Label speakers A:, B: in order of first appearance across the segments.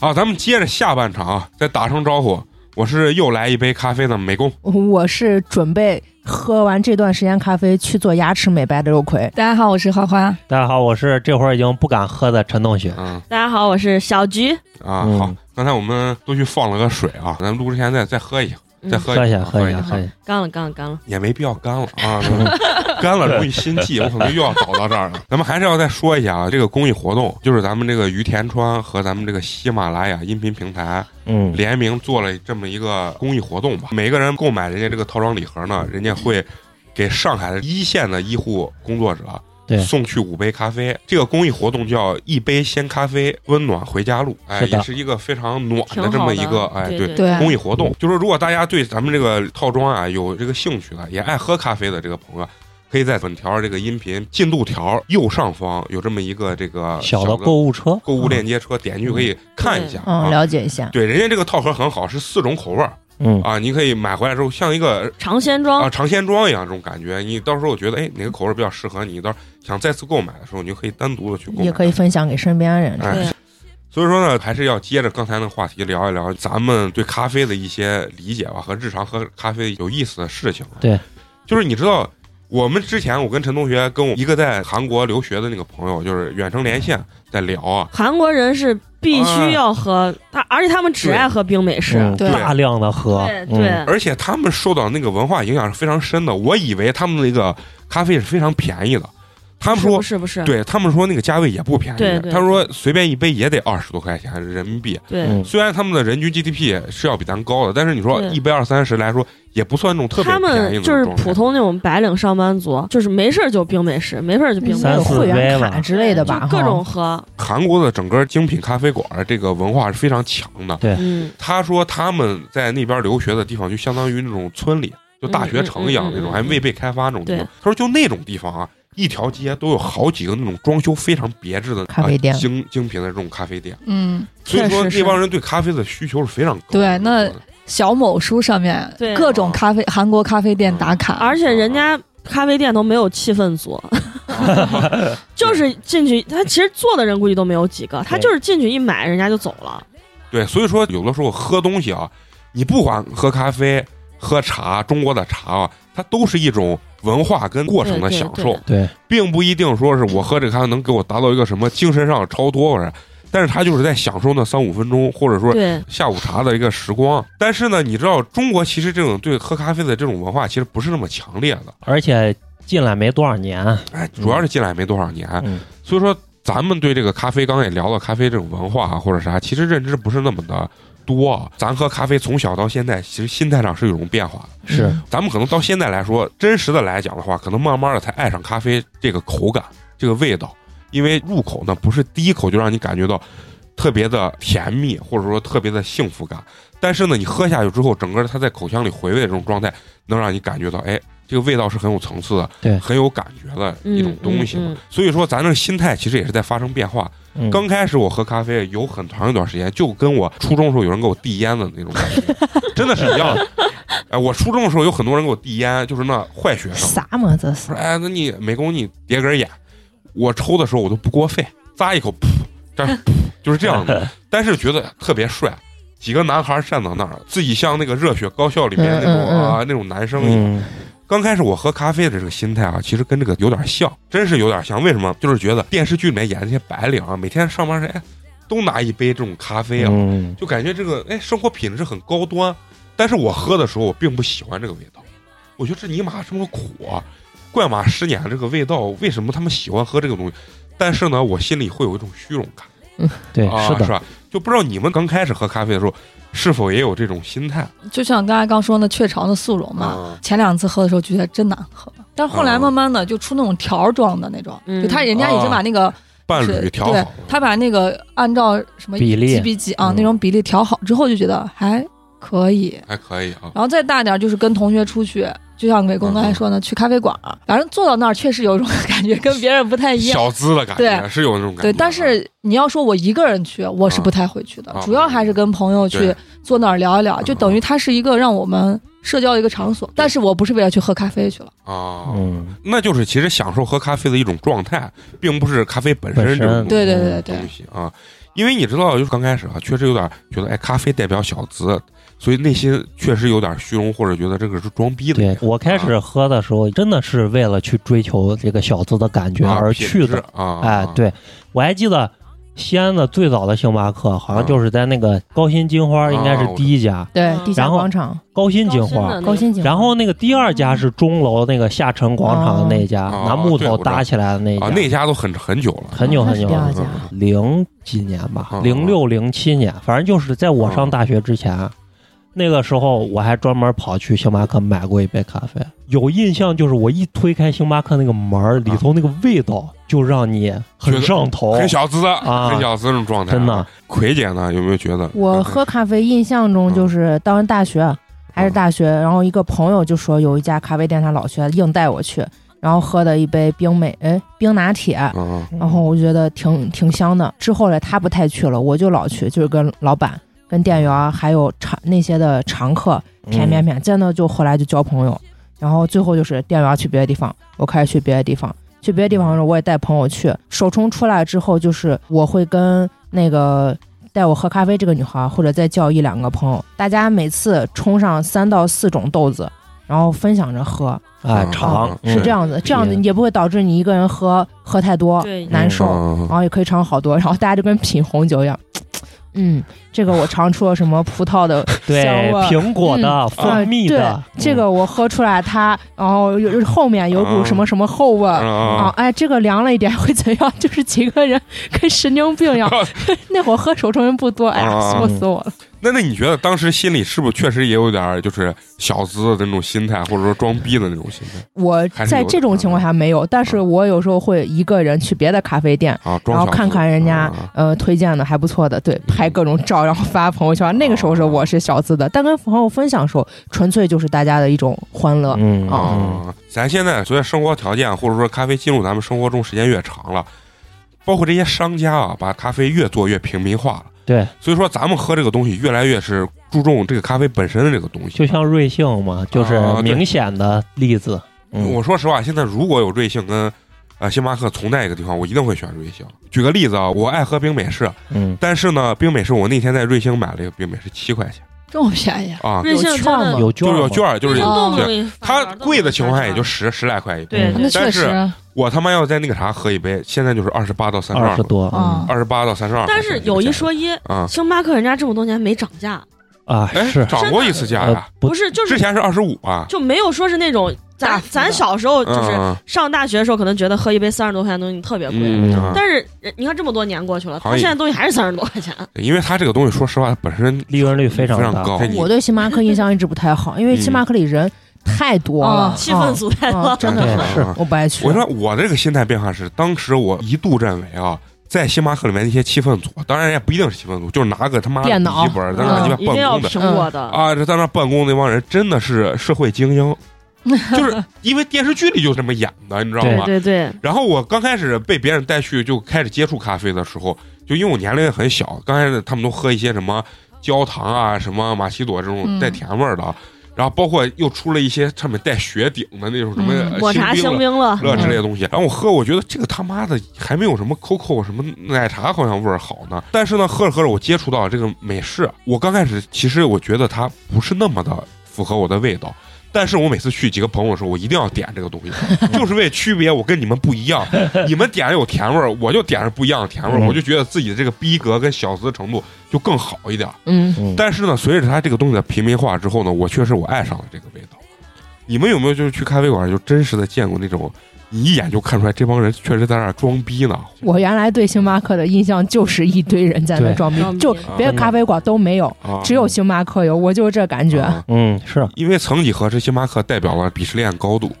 A: 啊，咱们接着下半场啊，再打声招呼。我是又来一杯咖啡的美工，
B: 我是准备喝完这段时间咖啡去做牙齿美白的肉葵。
C: 大家好，我是花花。
D: 大家好，我是这会儿已经不敢喝的陈同学。
A: 嗯
E: 大家好，我是小菊。
A: 啊，
D: 嗯
A: 好，刚才我们都去放了个水啊，咱们录之前再再喝一个，
E: 嗯
A: 再喝
D: 喝一
A: 一
D: 下，
A: 个
D: 喝一下，
A: 啊
D: 喝一下。
E: 干了，干了，干了。
A: 也没必要干了 啊，干了容易心悸，我可能又要倒到这儿了。咱们还是要再说一下啊，这个公益活动就是咱们这个于田川和咱们这个喜马拉雅音频平台
D: 嗯，
A: 联名做了这么一个公益活动吧。每个人购买人家这个套装礼盒呢，人家会给上海的一线的医护工作者
D: 对
A: 送去五杯咖啡。这个公益活动叫“一杯鲜咖啡，温暖回家路”，哎，
D: 是的
A: 也是一个非常暖
E: 挺
A: 的这
E: 好
A: 么
E: 的，
A: 一个哎，
E: 对对，
B: 对，
A: 公益活动，就是如果大家对咱们这个套装啊有这个兴趣的，也爱喝咖啡的这个朋友啊，可以在本条这个音频进度条右上方有这么一个这个
D: 小
A: 的
D: 的购物嗯车，
A: 购物链接车，点进去可以看一下
B: 嗯，
A: 啊。
B: 了解一下。
A: 对，人家这个套盒很好，是四种口味儿
D: 嗯，
A: 啊，你可以买回来之后像一个
E: 尝鲜
A: 啊
B: 哦
E: 装，
A: 尝鲜装一样这种感觉。你到时候觉得哎哪个口味比较适合你，到时候想再次购买的时候，你就可以单独的
D: 哦
A: 去购买。
B: 也可以分享给身边人。
A: 哎
E: 对
A: 所以说呢，还是要接着刚才那个话题聊一聊咱们对咖啡的一些理解吧，和日常喝咖啡有意思的事情。啊
D: 对，
A: 就是你知道，我们之前我跟陈同学跟我一个在韩国留学的那个朋友，就是远程连线在聊啊，
E: 韩国人是必须要喝，他而且他们只爱喝冰美式。
D: 嗯
B: 对
D: 大量的喝，
E: 对
D: 嗯
E: 对，
A: 而且他们受到那个文化影响是非常深的。我以为他们那个咖啡是非常便宜的，他们
E: 是
A: 说
E: 不是不是？
A: 对他们说那个价位也不便宜，
E: 对对
A: 他说随便一杯也得二十多块钱人民币。
E: 对，
D: 嗯，
A: 虽然他们的人均 GDP 是要比咱高的，但是你说
E: 对
A: 一杯二三十来说，也不算那种特别
E: 他
A: 便宜的
E: 们
A: 那
E: 就是
A: 种状态
E: 普。通那种白领上班族，就是没事儿就冰美式，没事儿就冰
B: 应
E: 美
B: 该
D: 三
B: 有
E: 式，
D: 四
B: 会员
D: 杯吧
B: 卡之类的吧，
D: 哎
E: 就各
B: 哈
E: 种喝。
A: 韩国的整个精品咖啡馆儿这个文化是非常强的。
E: 嗯，
A: 他说他们在那边留学的地方，就相当于那种村里，就大学城一样那种，
E: 嗯嗯嗯嗯
A: 还未被开发那种地方
E: 对。
A: 他说就那种地方啊，一条街都有好几个那种装修非常别致的
B: 咖啡店
A: 啊精精品的这种咖啡店。
C: 嗯，
A: 所以
E: 确
A: 说
E: 实
A: 那
E: 是。
A: 帮人对咖啡的需求是非常高
C: 对
A: 的。
C: 那小某书上面
E: 对
C: 各种咖啡韩国咖啡店打卡，
E: 而且人
A: 啊
E: 家咖啡店都没有气氛组， 就是进去，他其实坐的人估计都没有几个，他就是进去一买，人家就走了。
A: 对，所以说有的时候喝东西啊，你不管喝咖啡、喝茶，中国的茶啊，它都是一种文化跟过程的享
E: 对对
A: 受，
D: 对，
A: 并不一定说是我喝这个咖啡能给我达到一个什么精神上的超脱或者，但是它就是在享受那三五分钟，或者说。
E: 对，
A: 下午茶的一个时光，但是呢，你知道中国其实这种对喝咖啡的这种文化其实不是那么强烈的，
D: 而且进来没多少年，啊
A: 哎，主要是进来没多少年，
D: 嗯
A: 所以说咱们对这个咖啡，刚刚也聊了咖啡这种文化啊或者啥，其实认知不是那么的多啊。咱喝咖啡从小到现在，其实心态上是有种变化的。
B: 嗯
D: 是
A: 咱们可能到现在来说，真实的来讲的话，可能慢慢的才爱上咖啡这个口感、这个味道，因为入口呢不是第一口就让你感觉到特别的甜蜜，或者说特别的幸福感。但是呢，你喝下去之后，整个它在口腔里回味的这种状态，能让你感觉到，哎，这个味道是很有层次的，
D: 对
A: 很有感觉的一种东西嘛。
E: 嗯嗯嗯
A: 所以说，咱这个心态其实也是在发生变化。
D: 嗯
A: 刚开始我喝咖啡有很长一段时间，就跟我初中时候有人给我递烟的那种感 觉，真的是一样的。哎，我初中的时候有很多人给我递烟，就是那坏学 生，
B: 啥嘛这是
A: 说哎，那你美工你叠根烟，我抽的时候我都不过肺，咂一口，噗，这样噗，就是这样 的，但是觉得特别帅。几个男孩站到那儿，自己像那个《热血高校》里面那种
B: 嗯嗯嗯
A: 啊那种男生一样，
D: 嗯
A: 刚开始我喝咖啡的这个心态啊，其实跟这个有点像，真是有点像。为什么？就是觉得电视剧里面演的那些白领啊，每天上班时哎，都拿一杯这种咖啡啊，
D: 嗯，
A: 就感觉这个哎生活品质很高端。但是我喝的时候，我并不喜欢这个味道，我觉得这尼玛这么苦啊，怪马十年这个味道，为什么他们喜欢喝这个东西？但是呢，我心里会有一种虚荣感，
D: 对，
A: 啊，
D: 是的，
A: 吧？就不知道你们刚开始喝咖啡的时候，是否也有这种心态？
C: 就像刚才刚说那雀巢的速溶嘛，
A: 啊
C: 前两次喝的时候觉得真难喝，但后来慢慢的就出那种条儿装的那种，
E: 嗯
C: 就他人家已经把那个、
A: 伴
C: 是
A: 侣调好
C: 对
A: 了，，
C: 他把那个按照什么
D: 比例
C: 几比几啊、
D: 嗯
C: 那种比例调好之后，就觉得还可以。
A: 还可以啊。
C: 然后再大点儿就是跟同学出去，就像伟
A: 嗯
C: 工刚才说的，去咖啡馆儿，啊反正坐到那儿确实有一种 感觉跟别人不太一样。
A: 小资的感觉，
C: 对
A: 是有那种感觉。
C: 对，但是你要说我一个人去，我是
A: 啊
C: 不太会去的，
A: 啊
C: 主要还是跟朋友
A: 对
C: 去坐那儿聊一聊，
A: 嗯
C: 就等于它是一个让我们社交的一个场所。但是我不是为了去喝咖啡去了，
A: 啊，
D: 嗯，
A: 那就是其实享受喝咖啡的一种状态，并不是咖啡本
D: 本
A: 身
D: 身
A: 这种
C: 对对对对对
A: 东西啊。因为你知道，就是刚开始啊，确实有点觉得，哎，咖啡代表小资，所以内心确实有点虚荣，或者觉得这个是装逼的
D: 对我开始喝的时候，真的是为了去追求这个小资的感觉
A: 啊
D: 而
A: 品
D: 去
A: 质
D: 的。
A: 啊，
D: 哎，对我还记得西安的最早的星巴克，好
A: 啊
D: 像就是在那个高新金花，应该是第一家。
B: 对
E: 嗯，
B: 地下
D: 然后
B: 广场、
D: 高新金
E: 高新
D: 花
E: 的，嗯
B: 高新景，
D: 然后那个第二家是钟楼那个下沉广场的那家，
A: 哦
D: 拿木
A: 对我
D: 头
A: 知道
D: 搭起来的那
A: 啊，那家都很很久了，
D: 很久
B: 哦那
D: 很
B: 是
D: 久
B: 第
D: 了
B: 二
A: 嗯
B: 家
A: 嗯
D: 零几年吧
A: 嗯，
D: 零六零七年，反正就是在我上大学之
A: 哦
D: 前，那个时候我还专门跑去星巴克买过一杯咖啡。有印象就是我一推开星巴克那个门儿，里头那个味道就让你很上头，
A: 很小资
D: 啊
A: 很小资这种状态。
D: 真的，
A: 葵姐呢，有没有觉得？
B: 我喝咖啡印象中
D: 嗯
B: 就是当时大学还是大学，然后一个朋友就说有一家咖啡店，他老去，硬带我去，然后喝的一杯冰美哎冰拿铁，
A: 嗯，
B: 然后我觉得挺挺香的。之后嘞他不太去了，我就老去，就是跟老板、跟店员儿还有常那些的常客
D: 嗯
B: 谝谝谝，真的就后来就交朋友，然后最后就是店员儿去别的地方，我开始去别的地方。去别的地方的时候，我也带朋友去。首冲出来之后，就是我会跟那个带我喝咖啡这个女孩儿，或者再叫一两个朋友，大家每次冲上三到四种豆子，然后分享着喝，
D: 嗯哎
A: 嗯
D: 尝
A: 嗯
B: 是这样子，这样子也不会导致你一个人喝喝太多，
E: 对
B: 难受。
A: 嗯
B: 然后也可以尝好多，然后大家就跟品红酒一样。嗯，这个我尝出了什么葡萄 的
D: 对
B: 香味儿
D: 苹果的、蜂蜜的，
B: 啊嗯对这个我喝出来它，然后又又后面有股什么什么后味儿、啊
A: 啊，，
B: 哎，这个凉了一点会怎样？就是几个人跟神经病 一样。那会儿喝手冲人不多，哎呀，
A: 啊
B: 笑死我了。
A: 那那你觉得当时心里是不是确实也有点儿就是小资的那种心态，或者说装逼的那种心态
B: 我
A: 还是
B: 在
A: 有
B: 这种情况下没有，但是我有时候会一个人去别的咖啡店，
A: 啊？装
B: 然
A: 小
B: 后
A: 资
B: 看看人家
A: 啊
B: 呃推荐的还不错的，对，拍各种照，然后发朋友圈。那个时候是我是小资的，但跟朋友分享的时候，纯粹就是大家的一种欢乐。
D: 嗯
B: 哦
D: 嗯
A: 啊，咱现在随着生活条件啊或者说咖啡进入咱们生活中时间越长了，包括这些商家啊，把咖啡越做越平民化了。
D: 对，
A: 所以说咱们喝这个东西越来越是注重这个咖啡本身的这个东西。
D: 就像瑞幸嘛，就是
A: 啊对
D: 明显的例子。嗯
A: 我说实话，现在如果有瑞幸跟呃星巴克存在一个地方，我一定会选瑞幸。举个例子啊，我爱喝冰美式，
D: 嗯，
A: 但是呢，冰美式我那天在瑞幸买了一个冰美式七块钱
C: 这么便宜啊，
A: 啊，
E: 瑞幸
B: 有
E: 真
B: 券
E: 的
B: 吗
D: 有
A: 就
D: 券
A: 是有
D: 吗
A: 券儿，就是
E: 瑞幸动不
A: 对
E: 动给你发
A: 它
E: 券儿
A: 贵的情况下也就
E: 动
A: 十十来块一杯。
E: 对
D: 嗯
E: 对
C: 那
A: 但
C: 确
A: 是
C: 实
A: 我他妈要在那个啥喝一杯，现在就是二十八到三十
D: 二
A: 二
D: 十，多嗯
C: 啊，
A: 二十八到三十二。
E: 但是有一说一，
A: 啊，
E: 星巴克人家这么多年没涨价，
D: 啊，
A: 哎，
D: 是
A: 涨过一次价
D: 呃
A: 呀，
D: 不
E: 不是就
A: 之
E: 是
A: 前是二十五啊，
E: 就没有说是那种
C: 大
E: 咱
C: 幅的
E: 咱小时候
A: 嗯
E: 就是上大学的时候，可能觉得喝一杯三十多块钱的东西特别贵，
A: 嗯，嗯
E: 但是人你看这么多年过去了，
A: 好
E: 他现在东西还是三十多块钱。
A: 嗯因为它这个东西，说实话，它本身
D: 利润率
A: 非
D: 非常
A: 常
D: 大。
A: 高，
E: 哎
A: 这你
B: 我对星巴克印象一直不太好，因为
A: 嗯
B: 星巴克里人太多
C: 啊
B: 了，
E: 哦气氛
B: 啊
E: 组太多
B: 啊
E: 了，
B: 真
A: 啊
B: 的
D: 对是
B: 我不爱去
A: 我。说我这个心态变化是，当时我一度认为啊，在星巴克里面那些气氛组，当然也不一定是气氛组，就是拿个他妈的
B: 电
A: 笔
B: 脑
A: 记本儿在
B: 嗯
A: 那鸡巴
E: 一
A: 办
E: 定要
A: 公的
E: 苹果的。
A: 啊，这在那办公那帮人真的是社会精 英，就是因为电视剧里就这么演的，你知道
D: 对
A: 吗？
E: 对对，
A: 然后我刚开始被别人带去就开始接触咖啡的时候，就因为我年龄很小，刚开始他们都喝一些什么焦糖啊、什么玛奇朵这种
C: 嗯
A: 带甜味儿的，啊，然后包括又出了一些上面带雪顶的那种什么
C: 嗯
A: 呃
E: 抹茶
A: 冰
E: 香
A: 乐
E: 槟乐，
A: 乐之类的东西。然后我喝，我觉得这个他妈的还没有什么 COCO 什么奶茶好像味儿好呢。但是呢，喝着喝着我接触到这个美式，我刚开始其实我觉得它不是那么的符合我的味道。但是我每次去几个朋友的时候，我一定要点这个东西，就是为区别我跟你们不一样。你们点有甜味儿，我就点上不一样的甜味儿，
D: 嗯
A: 我就觉得自己的这个逼格跟小资程度就更好一点儿。
B: 嗯，
D: 嗯，
A: 但是呢，随着它这个东西的平民化之后呢，我确实我爱上了这个味道。你们有没有就是去咖啡馆就真实的见过那种，你一眼就看出来这帮人确实在那儿装逼呢？
B: 我原来对星巴克的印象就是一堆人在那
D: 对
B: 装逼
E: 装，逼啊
B: 就别的
D: 嗯
B: 咖啡馆都没有，
A: 啊，
B: 只有星巴克有，我就是这感觉。
A: 啊
D: 嗯是
A: 因为曾几何时，星巴克代表了鄙视链高度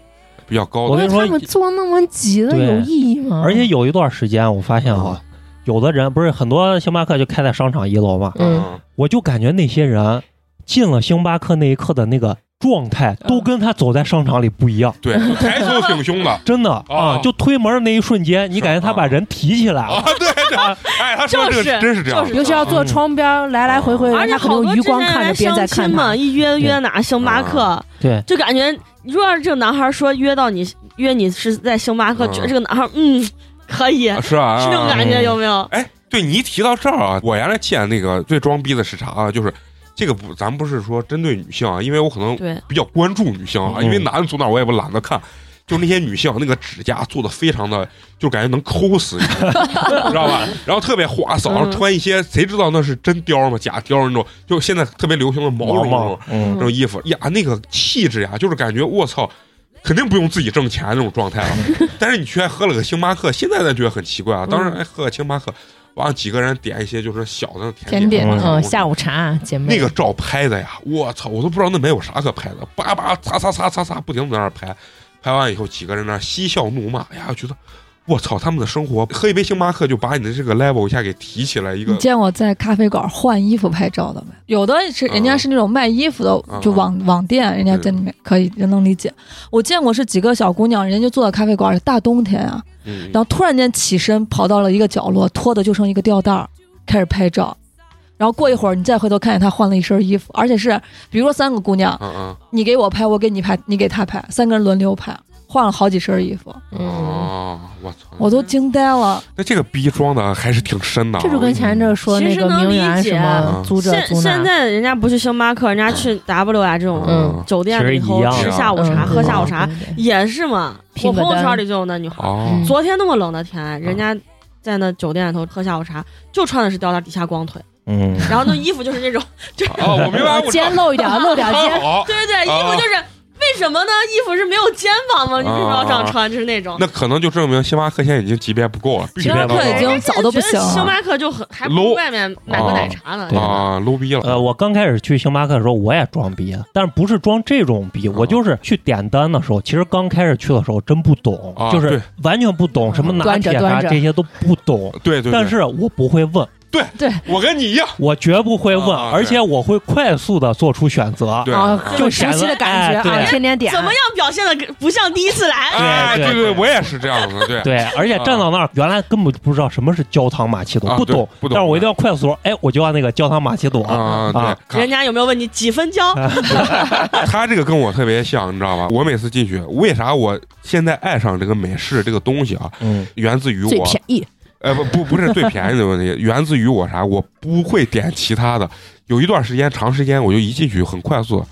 A: 比较高
D: 我
A: 的
D: 跟
B: 那
D: 你说
B: 他们做那么急的
D: 对
B: 有意义吗？
D: 而且有一段时间，我发现
A: 嗯
D: 啊，有的人不是很多星巴克就开在商场一楼嘛，
B: 嗯
A: 啊
D: 我就感觉那些人进了星巴克那一刻的那个状态，都跟他走在商场里不一样，
A: 对，抬头挺胸的
D: 真的啊
A: 哦
D: 啊！就推门那一瞬间，你感觉他把人提起来
A: 啊
D: 了，，
A: 对哎，他说这个
E: 就是
A: 真是这样的，
E: 就是
B: 尤其要坐窗边儿来来回回，
E: 而且
B: 他可
E: 好
B: 能
E: 多
B: 余
E: 之前
B: 光看
E: 来
B: 着别人
E: 相
B: 在看
E: 亲嘛，
B: 他。啊
E: 一约约哪星巴克，
D: 对，
E: 就感觉如果要是这个男孩说约到你约你是在星巴克，
A: 嗯
E: 觉得这个男孩嗯可以，
A: 啊
E: 是
A: 是啊，
E: 这种感
B: 嗯
E: 觉有没有？
A: 哎，对你一提到这儿啊，我原来见那个最装逼的是啥啊？就是这个不，咱不是说针对女性啊，因为我可能
E: 对，
A: 比较关注女性啊，
D: 嗯
A: 因为男的走哪儿我也不懒得看。就那些女性，那个指甲做的非常的，就感觉能抠死你， 知道吧？然后特别花哨，然后
E: 嗯
A: 穿一些谁知道那是真貂吗？假貂那种，就现在特别流行的毛
D: 毛
A: 茸
D: 毛
A: 茸，那
D: 嗯，
A: 种衣服呀，那个气质呀，就是感觉我操，肯定不用自己挣钱那种状态 了。但是你却喝了个星巴克，现在咱觉得很奇怪啊。当时
D: 嗯
A: 哎，喝个星巴克，完了几个人点一些就是小的
C: 甜点
A: 啊
B: 嗯，下午茶姐妹
A: 那个照拍的呀，我操，我都不知道那没有啥可拍的，叭叭擦擦擦擦擦，不停地在那儿拍，拍完以后几个人在那儿嬉笑怒骂，哎呀，觉得我操，他们的生活喝一杯星巴克就把你的这个 level 一下给提起来一个
C: 你，见我在咖啡馆换衣服拍照的没？有的是
A: 啊
C: 人家是那种卖衣服的
A: 嗯，
C: 就网网店，人家在里面可以，人能理解。我见过是几个小姑娘，人家就坐在咖啡馆里，大冬天啊，
A: 嗯，
C: 然后突然间起身跑到了一个角落，脱的就剩一个吊带儿，开始拍照。然后过一会儿，你再回头看见她换了一身衣服，而且是比如说三个姑娘，
A: 嗯嗯
C: 你给我拍，我给你拍，你给她拍，三个人轮流拍，换了好几身衣服，
A: 嗯，
B: 嗯，
A: 哦，我操，
C: 我都惊呆了。
A: 那这个逼装的还是挺深的啊，
B: 这就跟前一阵说那
E: 其实
B: 个
E: 能
B: 名
E: 理
B: 媛
E: 解
B: 什么租这
E: 现
B: 租
E: 现
B: 那，
E: 在人家不去星巴克，人家去 W 啊这种
B: 嗯
E: 酒店里头
D: 其实一样
E: 吃下午茶、
B: 嗯
E: 喝下午茶，，
B: 对对对
E: 也是嘛。
B: 拼
E: 我
B: 个
E: 朋友
B: 单
E: 圈里就有那女孩，
A: 哦，嗯
B: 嗯
E: 昨天那么冷的天，人家在那酒店里头喝下午茶，就穿的是吊带底下光腿，
D: 嗯，
E: 然后那衣服就是那种，就是
A: 哦，我明白，我
B: 肩露一点，露点
A: 穿
B: 肩。
A: 好。
E: 对对对，衣
A: 啊
E: 服就是为什么呢？衣服是没有肩膀吗？你为什么要这样穿？就是那种
A: 哦那可能就证明星巴克现在已经级别不够了，啊必须
E: 星
A: 得
E: 巴克
A: 往
E: 已
A: 上
E: 经
C: 早都不行了
E: 星巴克就很还不如
A: Low
E: 外面买
A: 哦
E: 个奶茶呢。
D: 对
A: 啊 low 逼了。
D: 呃，我刚开始去星巴克的时候，我也装逼，啊但是不是装这种逼，
A: 啊
D: 我就是去点单的时候，其实刚开始去的时候真不懂，
A: 啊
D: 就是
A: 对
D: 完全不懂什么拿
B: 端着
D: 铁啥
B: 端着
D: 这些都不懂，
A: 对对，对
D: 但是我不会问，
A: 我跟你一样，
D: 我绝不会问，
A: 啊啊
D: 而且我会快速的做出选择。
A: 对
B: 啊，各种熟
D: 就显
B: 悉
D: 得
B: 的感
D: 哎
B: 觉啊，
D: 对
B: 天天点
E: 怎么样表现的不像第一次来？
A: 哎，
D: 对
A: 对
D: 对
A: 对，我也是这样 的，对，
D: 对，而且站到那儿，原来根本就不知道什么是焦糖玛奇朵，
A: 啊
D: 不
A: 对
D: 懂，
A: 不懂
D: 但是我一定要快速说，哎，我就要那个焦糖玛奇朵。
A: 啊，
D: 啊
A: 对，
E: 人家有没有问你几分焦？
A: 啊他这个跟我特别像，你知道吧？我每次进去，为啥我现在爱上这个美式这个东西啊？
D: 嗯，
A: 源自于
B: 最
A: 我，
B: 便宜，
A: 呃，不不不是最便宜的问题，源自于我啥？我不会点其他的。有一段时间，长时间我就一进去很快速，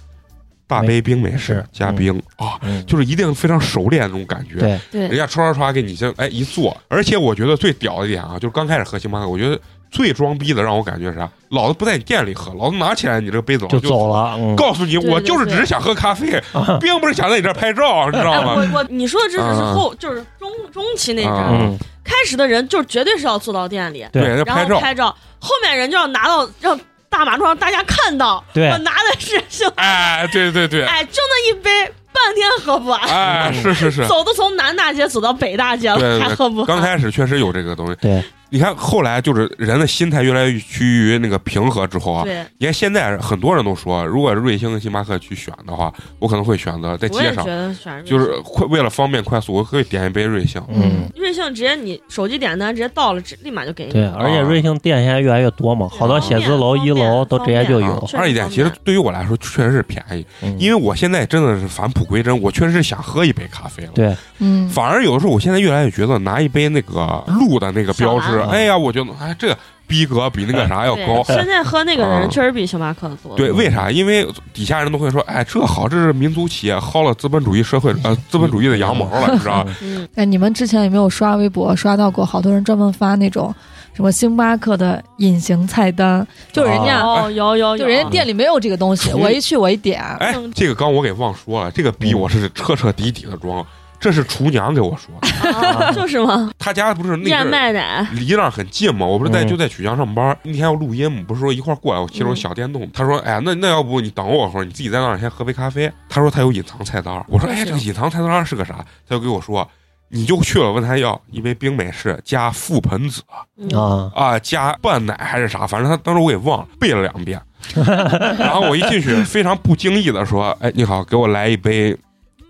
A: 大杯冰美式
D: 是
A: 加
D: 嗯
A: 冰啊，
D: 嗯
A: 就是一定非常熟练那种感觉。
D: 对，
A: 人
E: 对，
A: 家刷刷刷给你先哎一坐，而且我觉得最屌的一点啊，就是刚开始喝星巴克，我觉得最装逼的让我感觉是啥，老子不在你店里喝，老子拿起来你这个杯子
D: 就
A: 就
D: 走了。嗯，
A: 告诉你，
E: 对
A: 我
E: 对
A: 就是只
E: 对
A: 是想喝咖啡，
D: 啊
A: 并不是想在你这儿拍照，你知
E: 哎，
A: 道吗？
E: 我我你说的这只是
A: 啊
E: 后，就是中中期那
A: 啊
E: 阵，
D: 嗯，
E: 开始的人就是绝对是要坐到店里，
A: 对，要
E: 然
A: 拍
E: 后
A: 照。
E: 拍照，后面人就要拿到让大马路上大家看到，
D: 对
A: 啊
E: 我拿的是就
A: 哎，对对对，
E: 哎，就那一杯，半天喝不完，
A: 哎，
D: 嗯
A: 是是是，
E: 走都从南大街走到北大街
A: 对
E: 了，还
A: 对
E: 喝不
A: 对，
E: 完。
A: 刚开始确实有这个东西。
D: 对，
A: 你看后来就是人的心态越来越趋于那个平和之后啊，
E: 对，
A: 你看现在很多人都说，如果瑞幸跟星巴克去选的话，我可能会选择在
E: 我也
A: 街
E: 觉
A: 上。
E: 得选瑞幸
A: 就是快为了方便快速，我会点一杯瑞幸。
D: 嗯，
E: 瑞幸，直接你手机点单，直接到了，直立马就给你。
D: 对，而
A: 啊
D: 且瑞幸店现在越来越多嘛，好多写字楼
E: 方
D: 一
E: 便
D: 楼都直接就
A: 啊
D: 有。
E: 确实
A: 二一点，
E: 方
A: 其
E: 便
A: 实对于我来说确实是便宜，
D: 嗯
A: 啊因为我现在真的是返璞归真，我确实是想喝一杯咖啡了。
D: 对，
C: 嗯，
A: 反而有的时候，我现在越来越觉得拿一杯那个鹿的那个标
E: 小
A: 志，
D: 蓝
A: 哎呀，我觉得哎，这个逼格比那个啥要
E: 对
A: 高。
E: 现在喝那个的
A: 啊
E: 人确实比星巴克多。
A: 对，为啥？因为底下人都会说，哎，这好，这是民族企业薅了资本主义社会呃资本主义的羊毛了，你知道吧？
E: 嗯，
C: 哎，你们之前有没有刷微博刷到过？好多人专门发那种什么星巴克的隐形菜单，
A: 啊
C: 就是人家、
E: 哦，有有有，哦
C: 就人家店里没有这个东西，
A: 嗯
C: 我一去我一点，
A: 哎，这个刚我给忘说了，这个逼我是彻彻底底的装，这是厨娘给我说的，
E: 啊 就是嘛，
A: 他家不是那
E: 燕
A: 阵儿
E: 麦奶，
A: 离那儿很近嘛，我不是在
D: 嗯
A: 就在曲江上班，那天要录音嘛，不是说一块儿过来，我骑着我小电动，他说，哎呀，那那要不你等我会儿，你自己在那儿先喝杯咖啡。他说他有隐藏菜单儿，我说，哎，这个隐藏菜单儿是个啥？他就给我说。你就去了，问他要一杯冰美式加覆盆子
E: 嗯
D: 啊，
A: 啊，加拌奶还是啥，反正他当时我给忘了，背了两遍。 然后我一进去，非常不经意的说：“哎，你好，给我来一杯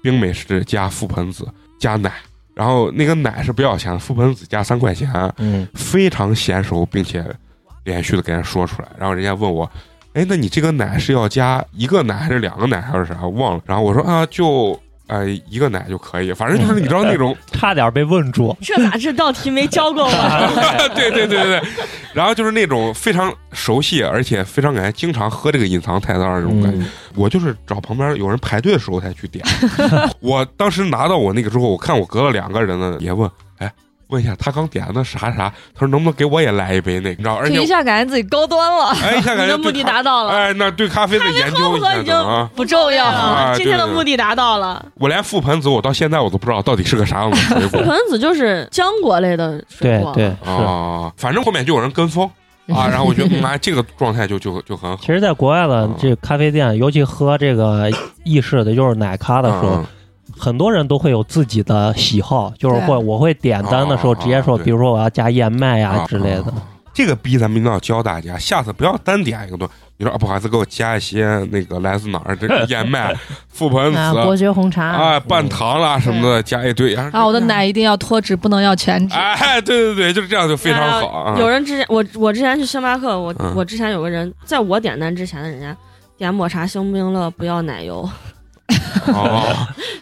A: 冰美式加覆盆子加奶。”然后那个奶是不要钱的，覆盆子加三块钱，
D: 嗯，
A: 非常娴熟，并且连续的给人说出来。然后人家问我，哎，那你这个奶是要加一个奶还是两个奶还是啥？忘了。然后我说啊，就呃一个奶就可以，反正就是你知道那种，
D: 差点被问住。
E: 这咋这道题没教过我？
A: 对对对对对。然后就是那种非常熟悉，而且非常感觉经常喝这个隐藏菜单儿这种感觉。
D: 嗯，
A: 我就是找旁边有人排队的时候才去 点。我当时拿到我那个之后，我看我隔了两个人呢，也问，哎，问一下他刚点的啥啥，他说能不能给我也来一杯那个，你知道？而且
C: 就一下感觉自己高端了，
A: 哎，一下感
E: 你
A: 觉
E: 的
A: 对
E: 目的
A: 咖
E: 达到了，
A: 哎，那对咖啡的研究一下
E: 已经
A: 呢啊，
C: 不重要
A: 啊哎
E: 今天的
A: 对对
E: 目的达到了。
A: 我连覆盆子我到现在我都不知道到底是个啥样的水
E: 覆
A: 果
E: 盆子就是浆果类的水
D: 对
E: 果，
D: 对是。
A: 啊，反正后面就有人跟 风啊，然后我觉得嗯哎，这个状态就就就很好
D: 其。实，在国外的
A: 嗯
D: 这个咖啡店，尤其喝这个意式的，就是奶咖的时候，
A: 嗯
D: 很多人都会有自己的喜好，就是
C: 对
D: 会我会点单的时候
A: 啊
D: 直接说，
A: 对
D: 比如说我要加燕麦呀
A: 啊
D: 之类的。
A: 这个逼咱们一定要教大家，下次不要单点一个东西。你说啊，不好意思，给我加一些那个来自哪儿这个燕麦、覆盆
B: 啊，伯
A: 子
B: 爵红茶，
A: 啊、半糖啦什么的，加一堆啊。
E: 哦
C: 啊，我的奶一定要脱脂，不能要全
E: 啊
C: 脂。
A: 哎，对对对，就是这样就非常好啊。
E: 有人之前我我之前去星巴克，我、
A: 嗯
E: 我之前有个人在我点单之前的人家点抹茶星冰乐，不要奶油，
A: 哦，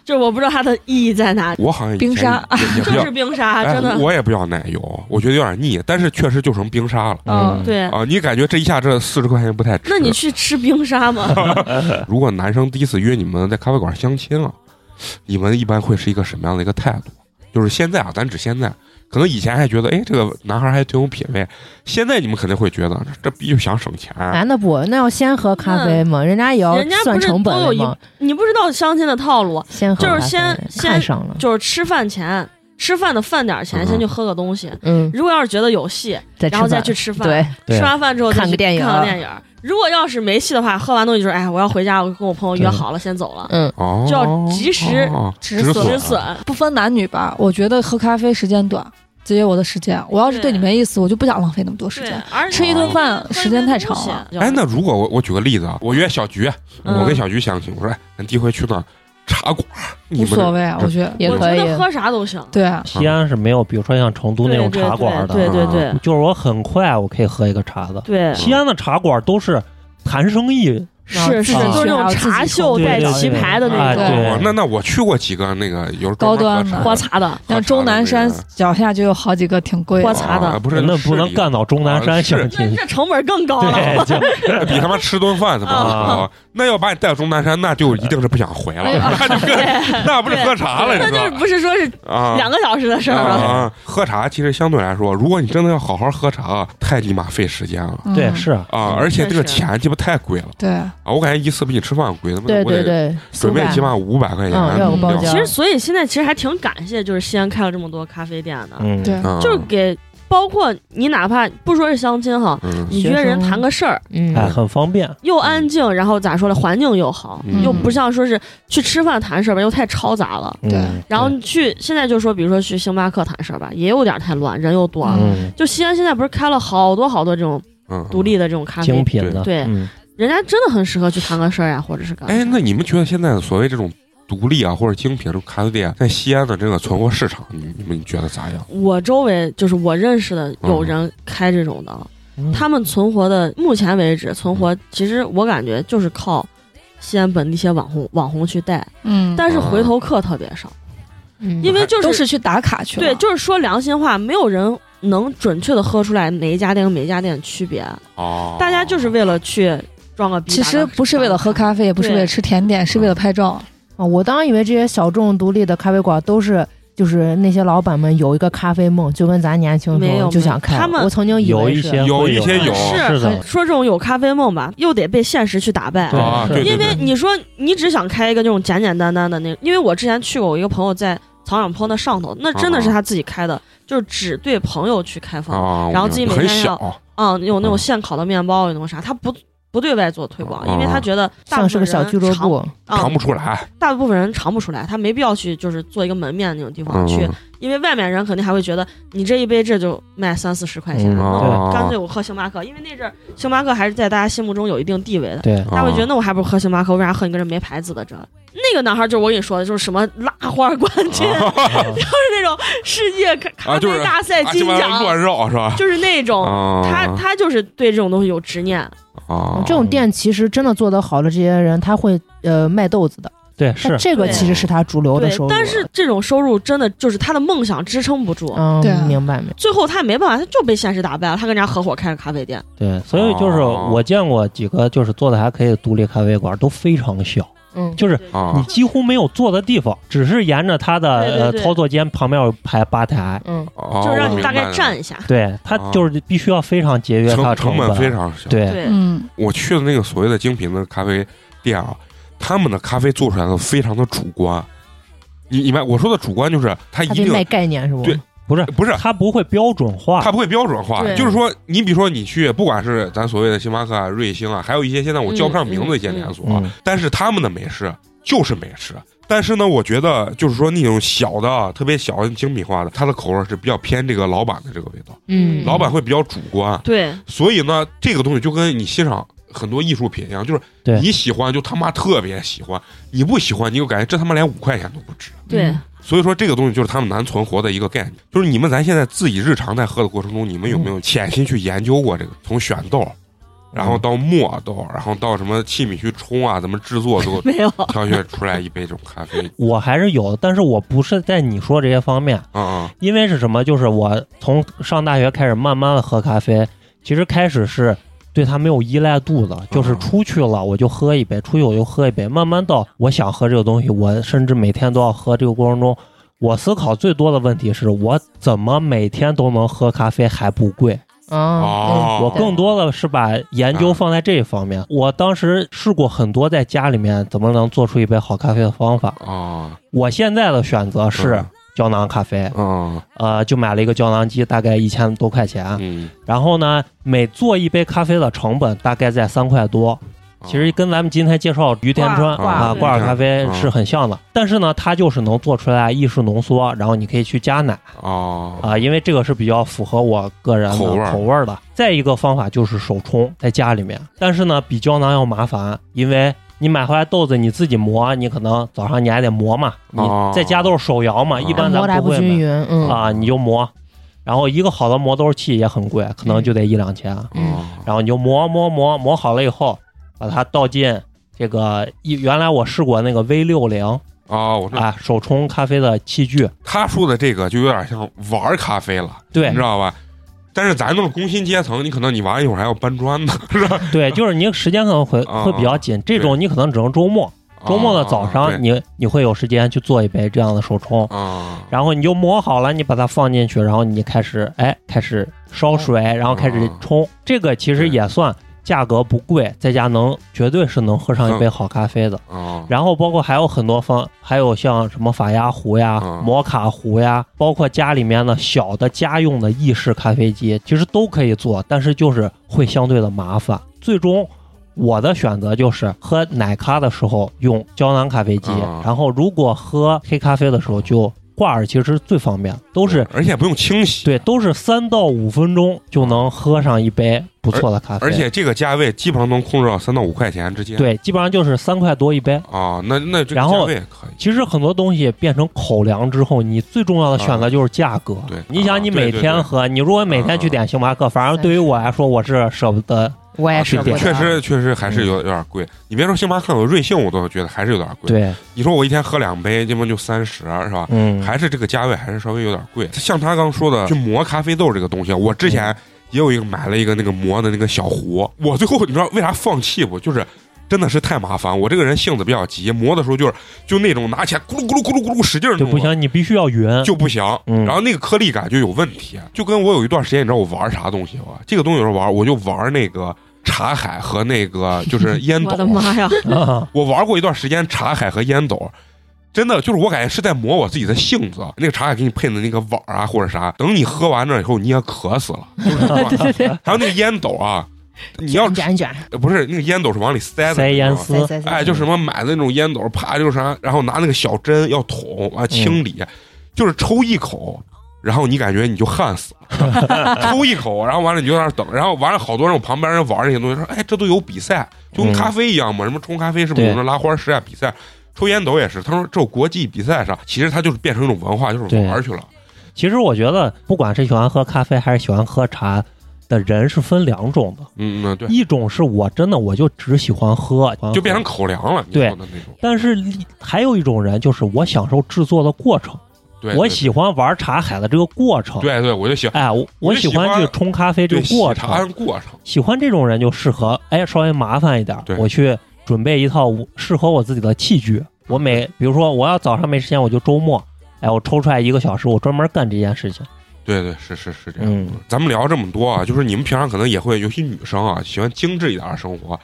E: 就是我不知道它的意义在哪里。
A: 我好像以前
C: 冰沙
A: 也也不
E: 就
A: 要
E: 是冰沙，
A: 哎
E: 啊真的，嗯
A: 我也不要奶油，我觉得有点腻，但是确实就成冰沙了
C: 嗯，
E: 哦对。
A: 啊！你感觉这一下这四十块钱不太值？
E: 那你去吃冰沙吗？
A: 啊如果男生第一次约你们在咖啡馆相亲啊，你们一般会是一个什么样的一个态度？就是现在啊，咱指现在，可能以前还觉得哎这个男孩还挺有品位，现在你们肯定会觉得这这逼就想省钱，
E: 哎
B: 男的不，那要先喝咖啡嘛，人家也要
E: 人家不
B: 算
E: 是
B: 成本的
E: 都有
B: 嘛
E: 一。 你不知道相亲的套路，
B: 先喝
E: 就是
B: 咖啡
E: 先先
B: 看上了，
E: 就是吃饭前，吃饭的饭点儿前
A: 嗯
E: 先去喝个东西。
B: 嗯，
E: 如果要是觉得有戏，
B: 再
E: 然后再
B: 饭
E: 去吃饭
B: 对，
D: 对
E: 吃
A: 啊
E: 完饭之后再
B: 看个
E: 去
B: 电影
E: 看个电影儿。如果要是没戏的话，喝完东西就是哎，我要回家，我跟我朋友约
D: 对
E: 好了，先走了。
B: 嗯，
A: 哦，
E: 就要及时
A: 哦
C: 止
A: 止
C: 损
E: 止损，
C: 不分男女吧，我觉得喝咖啡时间短，节约我的时间。我要是对你没意思，我就不想浪费那么多时
E: 对
C: 间。，
E: 而且
C: 吃一顿饭
E: 喝一
C: 时间太长
E: 东西
C: 了。
A: 哎，那如果我我举个例子啊，我约小菊，
E: 嗯
A: 我跟小菊相亲，我说哎，咱第一回去那儿茶馆，你
C: 无
A: 们
C: 所
A: 这
C: 谓，啊我觉得
B: 也
E: 我
B: 可
E: 觉
B: 以
E: 得喝啥都行。
C: 对，啊
D: 西安是没有，比如说像成都那种茶馆的，
E: 对对
A: 啊
E: 对
D: 就是我很快我可以喝一个茶的。
E: 对，啊
D: 西安的茶馆都是谈生意，
E: 是是，
D: 啊
E: 就是那种茶秀带棋牌的那
D: 对对啊对
E: 种
A: 哦那那我去过几个那个有
C: 高端的
A: 的
E: 喝茶的，
C: 像钟南山脚下就有好几个挺贵
E: 喝
C: 的。
E: 茶
A: 啊
E: 的，
A: 不是
D: 那
A: 市
D: 不能
A: 里
D: 干到终南
A: 啊
D: 山
A: 是
D: 相
E: 那
D: 亲。
E: 这成本更高 了。
D: 对，就
A: 比他妈吃顿饭
E: 啊
A: 怎么好？那要把你带到终南山，那就一定是不想回了，
E: 哎
A: 那就跟那不是喝茶了，你
E: 那
A: 知道
E: 就是
A: 吧
E: 不是说是
A: 啊？
E: 两个小时的事
A: 啊
E: 儿
A: 啊
E: 了。
A: 啊喝茶其实相对来说，如果你真的要好好喝茶，啊太尼玛费时间了
C: 嗯
D: 对，是
A: 啊！而且这个钱鸡巴太贵了
C: 对，
A: 啊！我感觉一次比你吃饭贵，他妈
B: 对
A: 我得
B: 对对，
A: 准备
B: 400
A: 起码五百块钱，
B: 嗯要
C: 有包
B: 间
E: 其实，所以现在其实还挺感谢，就是西安开了这么多咖啡店的，
D: 嗯，
C: 对
A: 嗯
E: 就是给包括你哪怕不说是相亲哈，
A: 嗯
E: 你约人谈个事儿
B: 嗯，
D: 哎，很方便。
E: 又安静，然后咋说呢，环境又好，
A: 嗯
E: 又不像说是去吃饭谈事儿吧，又太嘈杂了。
D: 嗯
C: 对
E: 然后去现在就说，比如说去星巴克谈事儿吧，也有点太乱，人又多了。
D: 嗯，
E: 就西安现在不是开了好多好多这种
A: 嗯
E: 独立的这种咖
D: 精
E: 啡，
D: 品的，
E: 对
D: 嗯
E: 人家真的很适合去谈个事儿呀，或者是干嘛。
A: 哎，那你们觉得现在所谓这种独立啊或者精品这种咖啡店，啊在西安的这个存活市场，你你们觉得咋样？
E: 我周围就是我认识的有人开这种的，他们存活的目前为止存活，其实我感觉就是靠西安本地一些网红网红去带，
C: 嗯，
E: 但是回头客特别少，
B: 嗯
E: 因为就
C: 都
E: 是
C: 是去打卡去了。
E: 对，就是说良心话，没有人能准确的喝出来每一家店跟每一家店的区别，
A: 哦，
E: 大家就是为了去装个逼。
C: 其实不是为了喝
E: 啡，
C: 咖啡，也不是为了吃甜点，是为了拍照。
B: 啊，我当以为这些小众独立的咖啡馆都是。就是那些老板们有一个咖啡梦，就跟咱年轻时
E: 没有
B: 候就想开了。
E: 他们
B: 我曾经以
D: 有
B: 为
D: 一
B: 是
D: 些
A: 有
D: 会
A: 一些有
D: 是的，
E: 说这种有咖啡梦吧，又得被现实去打败。
D: 对
A: 啊，
D: 是
A: 对，对
E: 因为
A: 对
E: 你说你只想开一个那种简简单单的那，因为我之前去过，我一个朋友在草场坡那上头，那真的
A: 哦
E: 是他自己开的，就是只对朋友去开放，
A: 啊，
E: 然后自己每
A: 很
E: 天
A: 小
E: 要嗯，有
A: 哦
E: 那种现烤的面包，有那种啥，他不不对外做推广，因为他觉得大部
B: 像是
E: 分
B: 个
E: 人
B: 小俱乐
E: 尝
D: 哦
B: 部，
E: 啊
A: 尝不出来，
E: 大部分人尝不出来，他没必要去就是做一个门面那种地方、
A: 嗯
E: 去，因为外面人肯定还会觉得你这一杯这就卖三四十块钱，
D: 嗯
E: 那
A: 啊
E: 我干脆我喝星巴克，因为那阵儿星巴克还是在大家心目中有一定地位的。
D: 对，
A: 啊
E: 他会觉得，那我还不如喝星巴克，为啥喝你个这没牌子的这？那个男孩就是我跟你说的，就是什么拉花冠军，就是那种世界咖
A: 啊
E: 咖
A: 就是
E: 啡大赛
A: 啊
E: 金
A: 这玩意儿
E: 奖，
A: 乱绕是吧？
E: 就是那种，
A: 啊
E: 他他就是对这种东西有执念。
A: 啊，
B: 这种店其实真的做得好的这些人，他会呃卖豆子的，
D: 对
B: 但
D: 是，
B: 这个
E: 对
B: 其实是他主流的
E: 对
B: 收入，了。啊
E: 但是这种收入真的就是他的梦想支撑不住，
B: 嗯
C: 对啊，
B: 明白明白。
E: 最后他也没办法，他就被现实打败了。他跟人家合伙开个咖啡店，
D: 对，所以就是
A: 哦
D: 我见过几个就是做的还可以的独立咖啡馆，都非常小，
B: 嗯，
D: 就是
A: 啊
D: 你几乎没有坐的地方，只是沿着它的
E: 对对
D: 呃
E: 对
D: 操作间旁边有排吧台，
B: 嗯，
A: 哦
E: 就是让
A: 我
E: 你大
A: 明白
E: 概
A: 了
E: 站一下。
D: 对，它就是必须要非常节约它
A: 啊成成
D: 的本
A: 本非常小。
D: 对，
E: 对，
C: 嗯，
A: 我去的那个所谓的精品的咖啡店啊，他们的咖啡做出来的非常的主观。你你们我说的主观就是他一
B: 他就
A: 定
B: 卖概念是不？
A: 对
D: 不是
A: 不是
D: 它不会标准
A: 它
D: 化，
A: 不会标准化，
E: 对
A: 就是说，你比如说你去，不管是咱所谓的星巴克啊、瑞幸啊，还有一些现在我叫不上名字的一些连锁啊，
D: 嗯嗯嗯
A: 但是他们的美食啊就是美食。但是呢，我觉得就是说那种小的啊、特别小的精品化的，它的口味是比较偏这个老板的这个味道，
B: 嗯，
A: 老板会比较主观，
E: 对
A: 所以呢，这个东西就跟你欣赏很多艺术品一样，就是
D: 对
A: 你喜欢就他妈特别喜欢，你不喜欢你就感觉这他妈连五块钱都不值。
E: 对，
A: 所以说这个东西就是他们难存活的一个概念，就是你们咱现在自己日常在喝的过程中，你们有没有潜心去研究过这个？从选豆，然后到磨豆，然后到什么器皿去冲啊，怎么制作都
E: 没有。
A: 挑选出来一杯这种咖啡。
D: 我还是有，但是我不是在你说这些方面，
A: 啊啊
D: 因为是什么？就是我从上大学开始慢慢的喝咖啡，其实开始是对它没有依赖度
A: 啊
D: 的，就是出去了我就喝一杯，出去我就喝一杯，慢慢到我想喝这个东西，我甚至每天都要喝。这个过程中，我思考最多的问题是我怎么每天都能喝咖啡还不贵？
B: 哦
A: 哦，
D: 我
B: 对
D: 更多的是把研
A: 嗯
D: 究放在这一方面。我当时试过很多在家里面怎么能做出一杯好咖啡的方法。
A: 啊
D: 我现在的选择是
A: 嗯
D: 胶囊咖啡，
A: 啊
D: 呃，就买了一个胶囊机，大概一千多块钱。
A: 嗯，
D: 然后呢，每做一杯咖啡的成本大概在三块多，
A: 啊
D: 其实跟咱们今天介绍于田川
A: 挂挂
D: 啊
A: 嗯
D: 挂耳咖啡是很像的。但是呢，它就是能做出来意式浓缩，然后你可以去加奶
A: 啊
D: 啊，因为这个是比较符合我个人的
A: 口味儿
D: 口味儿的。再一个方法就是手冲，在家里面，但是呢，比胶囊要麻烦，因为。你买回来豆子，你自己磨，你可能早上你还得磨嘛，你
A: 哦
D: 在家都是手摇嘛，
A: 嗯
D: 一般咱
B: 磨得还
D: 不
B: 不
D: 会
B: 均
D: 买
B: 匀，嗯
D: 啊，你就磨，然后一个好的磨豆器也很贵，可能就得一两千，
A: 啊
D: 然后你就磨磨磨磨好了以后，把它倒进这个一原来我试过那个 V 六零
A: 啊！我说
D: 啊手冲咖啡的器具，
A: 他说的这个就有点像玩儿咖啡了，
D: 对
A: 你知道吧？但是咱都是工薪阶层，你可能你玩一会儿还要搬砖呢，是吧？
D: 对，就是你时间可能会
A: 啊
D: 会比较紧，这种你可能只能周末，周末的早
A: 啊
D: 上你你会有时间去做一杯这样的手冲。
A: 对啊
D: 然后你就磨好了，你把它放进去，然后你开始哎开始烧水，然后开
A: 啊
D: 始冲。这个其实也算价格不贵，在家能绝对是能喝
A: 嗯
D: 上一杯好咖啡的。
A: 啊
D: 然后包括还有很多方，还有像什么法压壶呀、
A: 嗯
D: 摩卡壶呀，包括家里面的小的家用的意式咖啡机，其实都可以做，但是就是会相对的麻烦。最终我的选择就是喝奶咖的时候用胶囊咖啡机，
A: 嗯
D: 然后如果喝黑咖啡的时候就挂耳，其实是最方便，都是
A: 而且不用清洗，
D: 对，都是三到五分钟就能喝上一杯不错的咖啡，
A: 而且这个价位基本上能控制到三到五块钱之间。
D: 对，基本上就是三块多一杯。
A: 啊，那那这个
D: 然
A: 价
D: 后
A: 位可以。
D: 其实很多东西变成口粮之后，你最重要的选择就是价格。
A: 啊对
D: 你
A: 啊
D: 想你
A: 对
D: 每
A: 对
D: 天
A: 对啊
D: 喝，你如果每天去点星巴克，反正对于我来说，我是舍不得。
B: 我也
D: 啊
B: 是
D: 对对
B: 我觉
A: 确
B: 得
A: 实，确实还
D: 嗯
A: 是有有点贵。你别说星巴克、有瑞幸，我都觉得还是有点贵。
D: 对，
A: 你说我一天喝两杯，这不就三十是吧？
D: 嗯，
A: 还是这个价位还是稍微有点贵。像他刚说的，去磨咖啡豆这个东西，
D: 嗯
A: 我之前也有一个买了一个那个磨的那个小壶，我最后你知道为啥放弃不？就是。真的是太麻烦，我这个人性子比较急，磨的时候就是就那种拿起来咕噜咕噜咕噜咕噜使劲儿
D: 就
A: 弄，
D: 不行，你必须要匀。
A: 就不行。
D: 嗯
A: 然后那个颗粒感就有问题，啊就跟我有一段时间，你知道我玩啥东西吗？这个东西有时候玩，我就玩那个茶海和那个就是烟斗
E: 我。的妈呀！
D: 啊，
A: 我玩过一段时间茶海和烟斗。真的就是我感觉是在磨我自己的性子，啊那个茶海给你配的那个碗啊或者啥，等你喝完了以后你也渴死了。就是这种还有那个烟斗啊，你要
B: 卷 卷卷，
A: 呃不是那个烟斗是往里塞的，
D: 塞
A: 你知道
D: 烟
A: 吗
D: 丝，
A: 哎
B: 塞塞塞
A: 哎，就什么买的那种烟斗，啪就是啥，然后拿那个小针要捅啊清理，就是抽一口，然后你感觉你就旱死了， 抽一口，然后完了你就在那儿等，然后完了好多人我旁边人玩这些东西说，哎，这都有比赛，就跟
D: 嗯
A: 咖啡一样嘛，什么冲咖啡是不是
D: 对
A: 有那拉花石啊比赛，抽烟斗也是，他说这有国际比赛啥，其实他就是变成一种文化，就是
D: 对
A: 玩儿去了，
D: 其实我觉得，不管是喜欢喝咖啡还是喜欢喝茶的人，是分两种的。
A: 嗯嗯对，
D: 一种是我真的我就只喜欢喝，
A: 就变成口粮了，你
D: 对
A: 说的那种，
D: 但是另还有一种人，就是我享受制作的过程，
A: 对，
D: 我
A: 对
D: 喜欢玩茶海的这个过程。，
A: 对对，我就喜欢
D: 哎，我
A: 我
D: 我
A: 就
D: 喜
A: 喜欢
D: 欢去冲咖啡这
A: 对
D: 个过
A: 喜茶
D: 程。
A: 的过程，
D: 喜欢这种人就适合，哎，稍微麻烦一点
A: 对，
D: 我去准备一套我适合我自己的器具。我每比如说我要早上没时间，我就周末，哎，我抽出来一个小时，我专门干这件事情。
A: 对对是是是这样。
D: 嗯，
A: 咱们聊这么多啊，就是你们平常可能也会，尤其女生啊，喜欢精致一点的生活，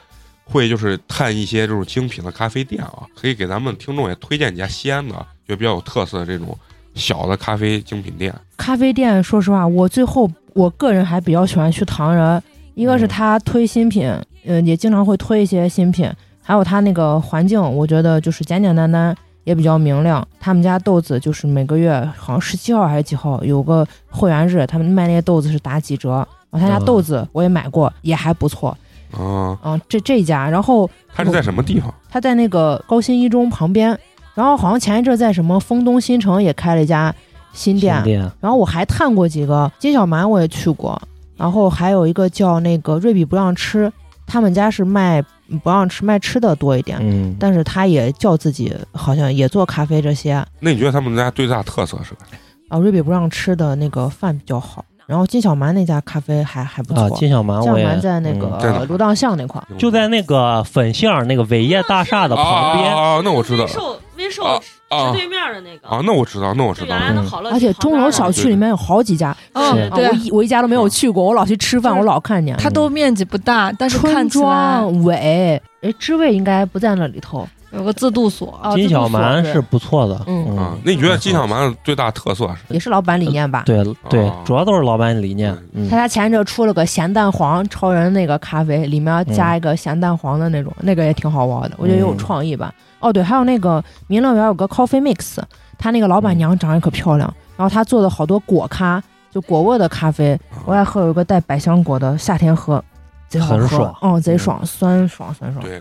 A: 会就是探一些这种精品的咖啡店啊，可以给咱们听众也推荐几家西安的，就比较有特色的这种小的咖啡精品店。
B: 咖啡店，说实话，我最后我个人还比较喜欢去唐人，一个是他推新品，嗯，也经常会推一些新品，还有他那个环境，我觉得就是简简单单。也比较明亮，他们家豆子就是每个月好像十七号还是几号有个会员日，他们卖那些豆子是打几折。然后他家
D: 嗯
B: 豆子我也买过，也还不错。
A: 啊，
B: 嗯，这这一家，然后
A: 它是在什么地方？
B: 他在那个高新一中旁边，然后好像前一阵在什么沣东新城也开了一家新店，
D: 新店，
B: 然后我还探过几个金小蛮，我也去过，然后还有一个叫那个瑞比不让吃，他们家是卖不让吃卖吃的多一点，
D: 嗯，
B: 但是他也叫自己好像也做咖啡这些啊，
A: 那你觉得他们家最大特色是啥？
B: 瑞比不让吃的那个饭比较好，然后金小蛮那家咖啡还还不错，
D: 啊，金小蛮
B: 金小
D: 我也
B: 蛮在那
D: 嗯
A: 在哪
B: 个芦荡巷那块儿。
D: 就在那个粉巷那个伟业大厦的
A: 啊
D: 旁
A: 啊
D: 边，
A: 啊啊那我知道
E: 微售微售
A: 啊
E: 是
A: 啊
E: 对面的那个，
A: 啊，那我知道，那我
E: 是
A: 知道
E: 原来
A: 了。
E: 的好乐，
B: 而且钟楼小区里面有好几家，
C: 嗯
D: 是
B: 啊，
C: 对
B: 我，一我一家都没有去过，我老去吃饭，
C: 就是
B: 我老看见。
C: 它都面积不大，但是看
B: 春
C: 起来
B: 庄伟，哎，知味应该不在那里头。
C: 有个自度所。
B: 哦
D: 金
B: 这
D: 小
B: 不错
D: 蛮
B: 对
D: 是不错的，
B: 嗯
A: 啊，那你觉得金小蛮的最大特色是？
B: 也是老板理念吧？
D: 呃对对
A: 哦，
D: 主要都是老板理念，嗯
B: 他，家前一阵出了个咸蛋黄超人那个咖啡，里面
D: 嗯
B: 加一个咸蛋黄的那种，那个也挺好玩的，我觉得也有创意吧。哦，对，还有那个民乐园有个 Coffee Mix，他那个老板
D: 嗯
B: 娘长得可漂亮，然后她做的好多果咖，就果味的咖啡，我爱喝有一个带百香果的，夏天喝。贼好喝，
D: 很爽
B: 嗯，贼爽，酸爽酸爽。
A: 对，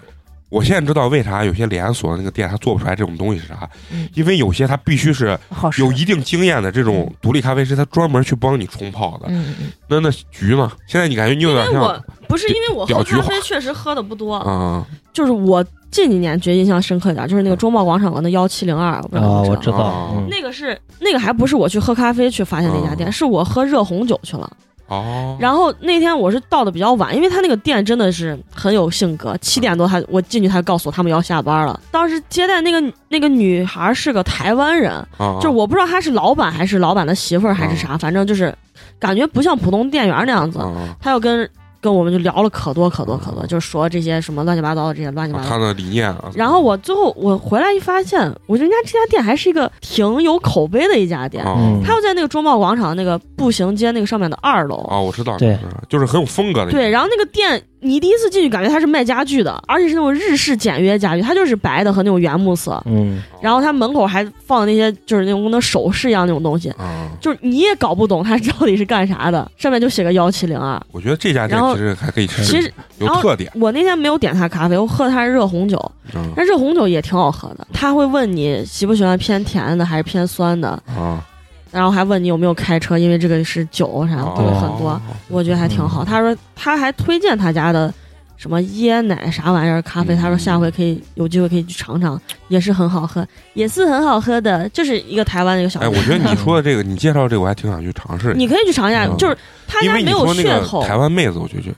A: 我现在知道为啥有些连锁的那个店它做不出来这种东西是啥
B: 嗯，
A: 因为有些它必须是
B: 好吃。
A: 有一定经验的这种
E: 嗯
A: 独立咖啡师，他专门去帮你冲泡的。
B: 嗯，嗯
A: 那那菊呢？现在你感觉你有
E: 因
A: 点
E: 为
A: 像
E: 我不是因为我
A: 屌
E: 喝
A: 菊花
E: 咖啡确实喝的不多，
A: 啊，
E: 就是我近几年觉得印象深刻一点，就是那个中贸广场的那幺七零二，我不知道
D: 啊，
E: 你
D: 我
E: 们
D: 知
E: 知道吗。
D: 道，嗯
E: 那个是那个还不是我去喝咖啡去发现那家店，
A: 嗯
E: 是我喝热红酒去了。
A: 哦，
E: 然后那天我是到的比较晚，因为他那个店真的是很有性格。七点多他我进去，他就告诉我他们要下班了。当时接待那个那个女孩是个台湾人，
A: 后
E: 就是我不知道她是老板还是老板的媳妇儿还是啥，反正就是感觉不像普通店员那样子。
A: 啊，
E: 他又跟跟我们就聊了可多可多可多，
A: 嗯
E: 就是说这些什么乱七八糟的这些乱七八糟的
A: 他的理念啊。
E: 然后我最后我回来一发现，我觉得人家这家店还是一个挺有口碑的一家店。
A: 啊
D: 嗯
E: 他又在那个中贸广场那个步行街那个上面的二楼。
A: 啊，我知道，
D: 对
A: 知道就是很有风格的。
E: 对，然后那个店，你第一次进去感觉它是卖家具的，而且是那种日式简约家具，它就是白的和那种原木色。
D: 嗯，
E: 然后它门口还放那些就是那种跟那首饰一样那种东西，
A: 啊，
E: 就是你也搞不懂它到底是干啥的，上面就写个幺七零二。
A: 我觉得这家店
E: 然后
A: 其实还可以吃，
E: 其实
A: 有
E: 然后
A: 特点。
E: 我那天没有点它咖啡，我喝的它是热红酒，
A: 嗯
E: 那热红酒也挺好喝的。他会问你喜不喜欢偏甜的还是偏酸的，
A: 啊，
E: 然后还问你有没有开车，因为这个是酒啥的
A: 啊
E: 都有很多，我觉得还挺好。
D: 嗯
E: 他说他还推荐他家的什么椰奶啥玩意儿咖啡，
A: 嗯
E: 他说下回可以有机会可以去尝尝，也是很好喝，也是很好喝的，就是一个台湾的一个小
A: 哎，
E: 店。
A: 我觉得你说的这个，你介绍这个，我还挺想去尝试一下。
E: 你可以去尝一下，
A: 嗯
E: 就是他
A: 因
E: 家
A: 为你
E: 没有
A: 说那
E: 噱
A: 个
E: 头，
A: 台湾妹子，我就觉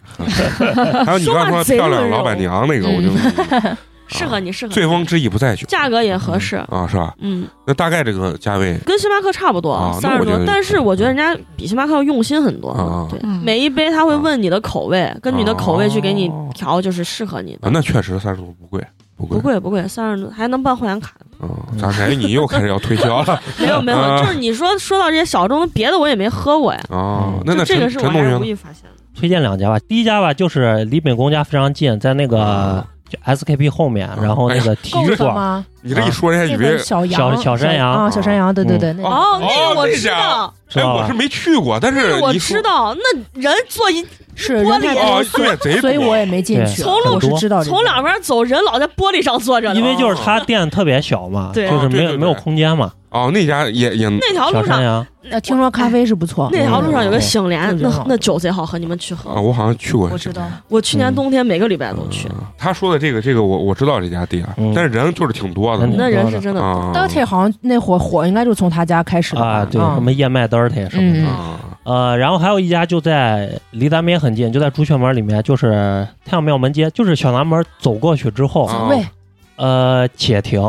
A: 得， 还有你刚才说
E: 说话贼
A: 漂亮
E: 温柔嗯
A: 老板娘那个，我就
E: 适合你，适合 你
A: 醉翁之意不在酒
E: 价格也合适，
A: 啊，是吧？
E: 嗯，
A: 那大概这个价位
E: 跟星巴克差不多
A: 啊，那
E: 三
A: 我
E: 十
A: 觉
E: 多
A: 得。
E: 但是我觉得人家比星巴克要用心很多
A: 啊，
E: 对
C: 嗯，
E: 每一杯他会问你的口味，根据你的口味去给你调，就是适合你
A: 哦啊，
E: 的。
A: 那确实三十多不贵，不贵，
E: 不贵不贵，三十多还能办会员卡。
A: 啊！咱感觉你又开始要推销 了
E: 没有没有，就是你说说到这些小众的，别的我也没喝过呀。
A: 啊！那
E: 就
A: 那
E: 嗯这
A: 陈
E: 个是我
A: 陈
E: 还
A: 同学
E: 是无
A: 呢
E: 意发现的。
A: 啊
D: 推荐两家吧。第一家吧，就是离本宫家非常近，在那个就 SKP 后面，
A: 嗯
D: 然后那个体
B: 够
D: 育
B: 了
D: 馆，
B: 吗？
A: 你这一说，人家
B: 那
E: 啊
A: 以为
B: 个小羊、
D: 小小山羊嗯
B: 啊，小山羊，对对对，那个
A: 哦
E: 哦，那个我知道，
D: 知
A: 哎，
D: 道
A: 我
D: 吧
A: 是？没去过，但
E: 那
A: 是
E: 个我
A: 你说
E: 知道，那人坐一
B: 是
E: 玻
B: 人
E: 璃
B: 太
A: 哦
B: 多，，
A: 对，贼
B: 所以
A: 多
B: 我也没进去。
D: 对
E: 从路
B: 我是知道这个
E: 从两边走，人老在玻璃上坐着呢。哦
D: 因为就是它店特别小嘛，
E: 对
D: 就是没
A: 啊对对对
D: 有没有空间嘛。
A: 哦，那家也也
E: 那条
D: 小
E: 路
D: 山
E: 上，
D: 羊，
B: 呃，听说咖啡是不错，
E: 那条路上有个醒莲，
B: 嗯
E: 那
B: 嗯嗯
E: 那酒贼好喝，你们去喝
A: 啊，。我好像去过，
B: 我知道。
E: 我去年
D: 嗯
E: 冬天每个礼拜都去，
A: 嗯他说的这个，这个我我知道这家店，啊
D: 嗯
A: 但是人就是挺多的
D: 嗯
E: 那人是真的
A: 啊。
B: Dirty 好像那火火应该就是从他家开始的吧
D: 啊，对，
B: 嗯
D: 什么燕麦 dirty 什么的。
B: 嗯
A: 啊，
D: 呃，然后还有一家就在离咱们也很近，就在朱雀门里面，就是太阳庙门街，就是小南门走过去之后，
A: 啊
B: 喂，
D: 呃，且停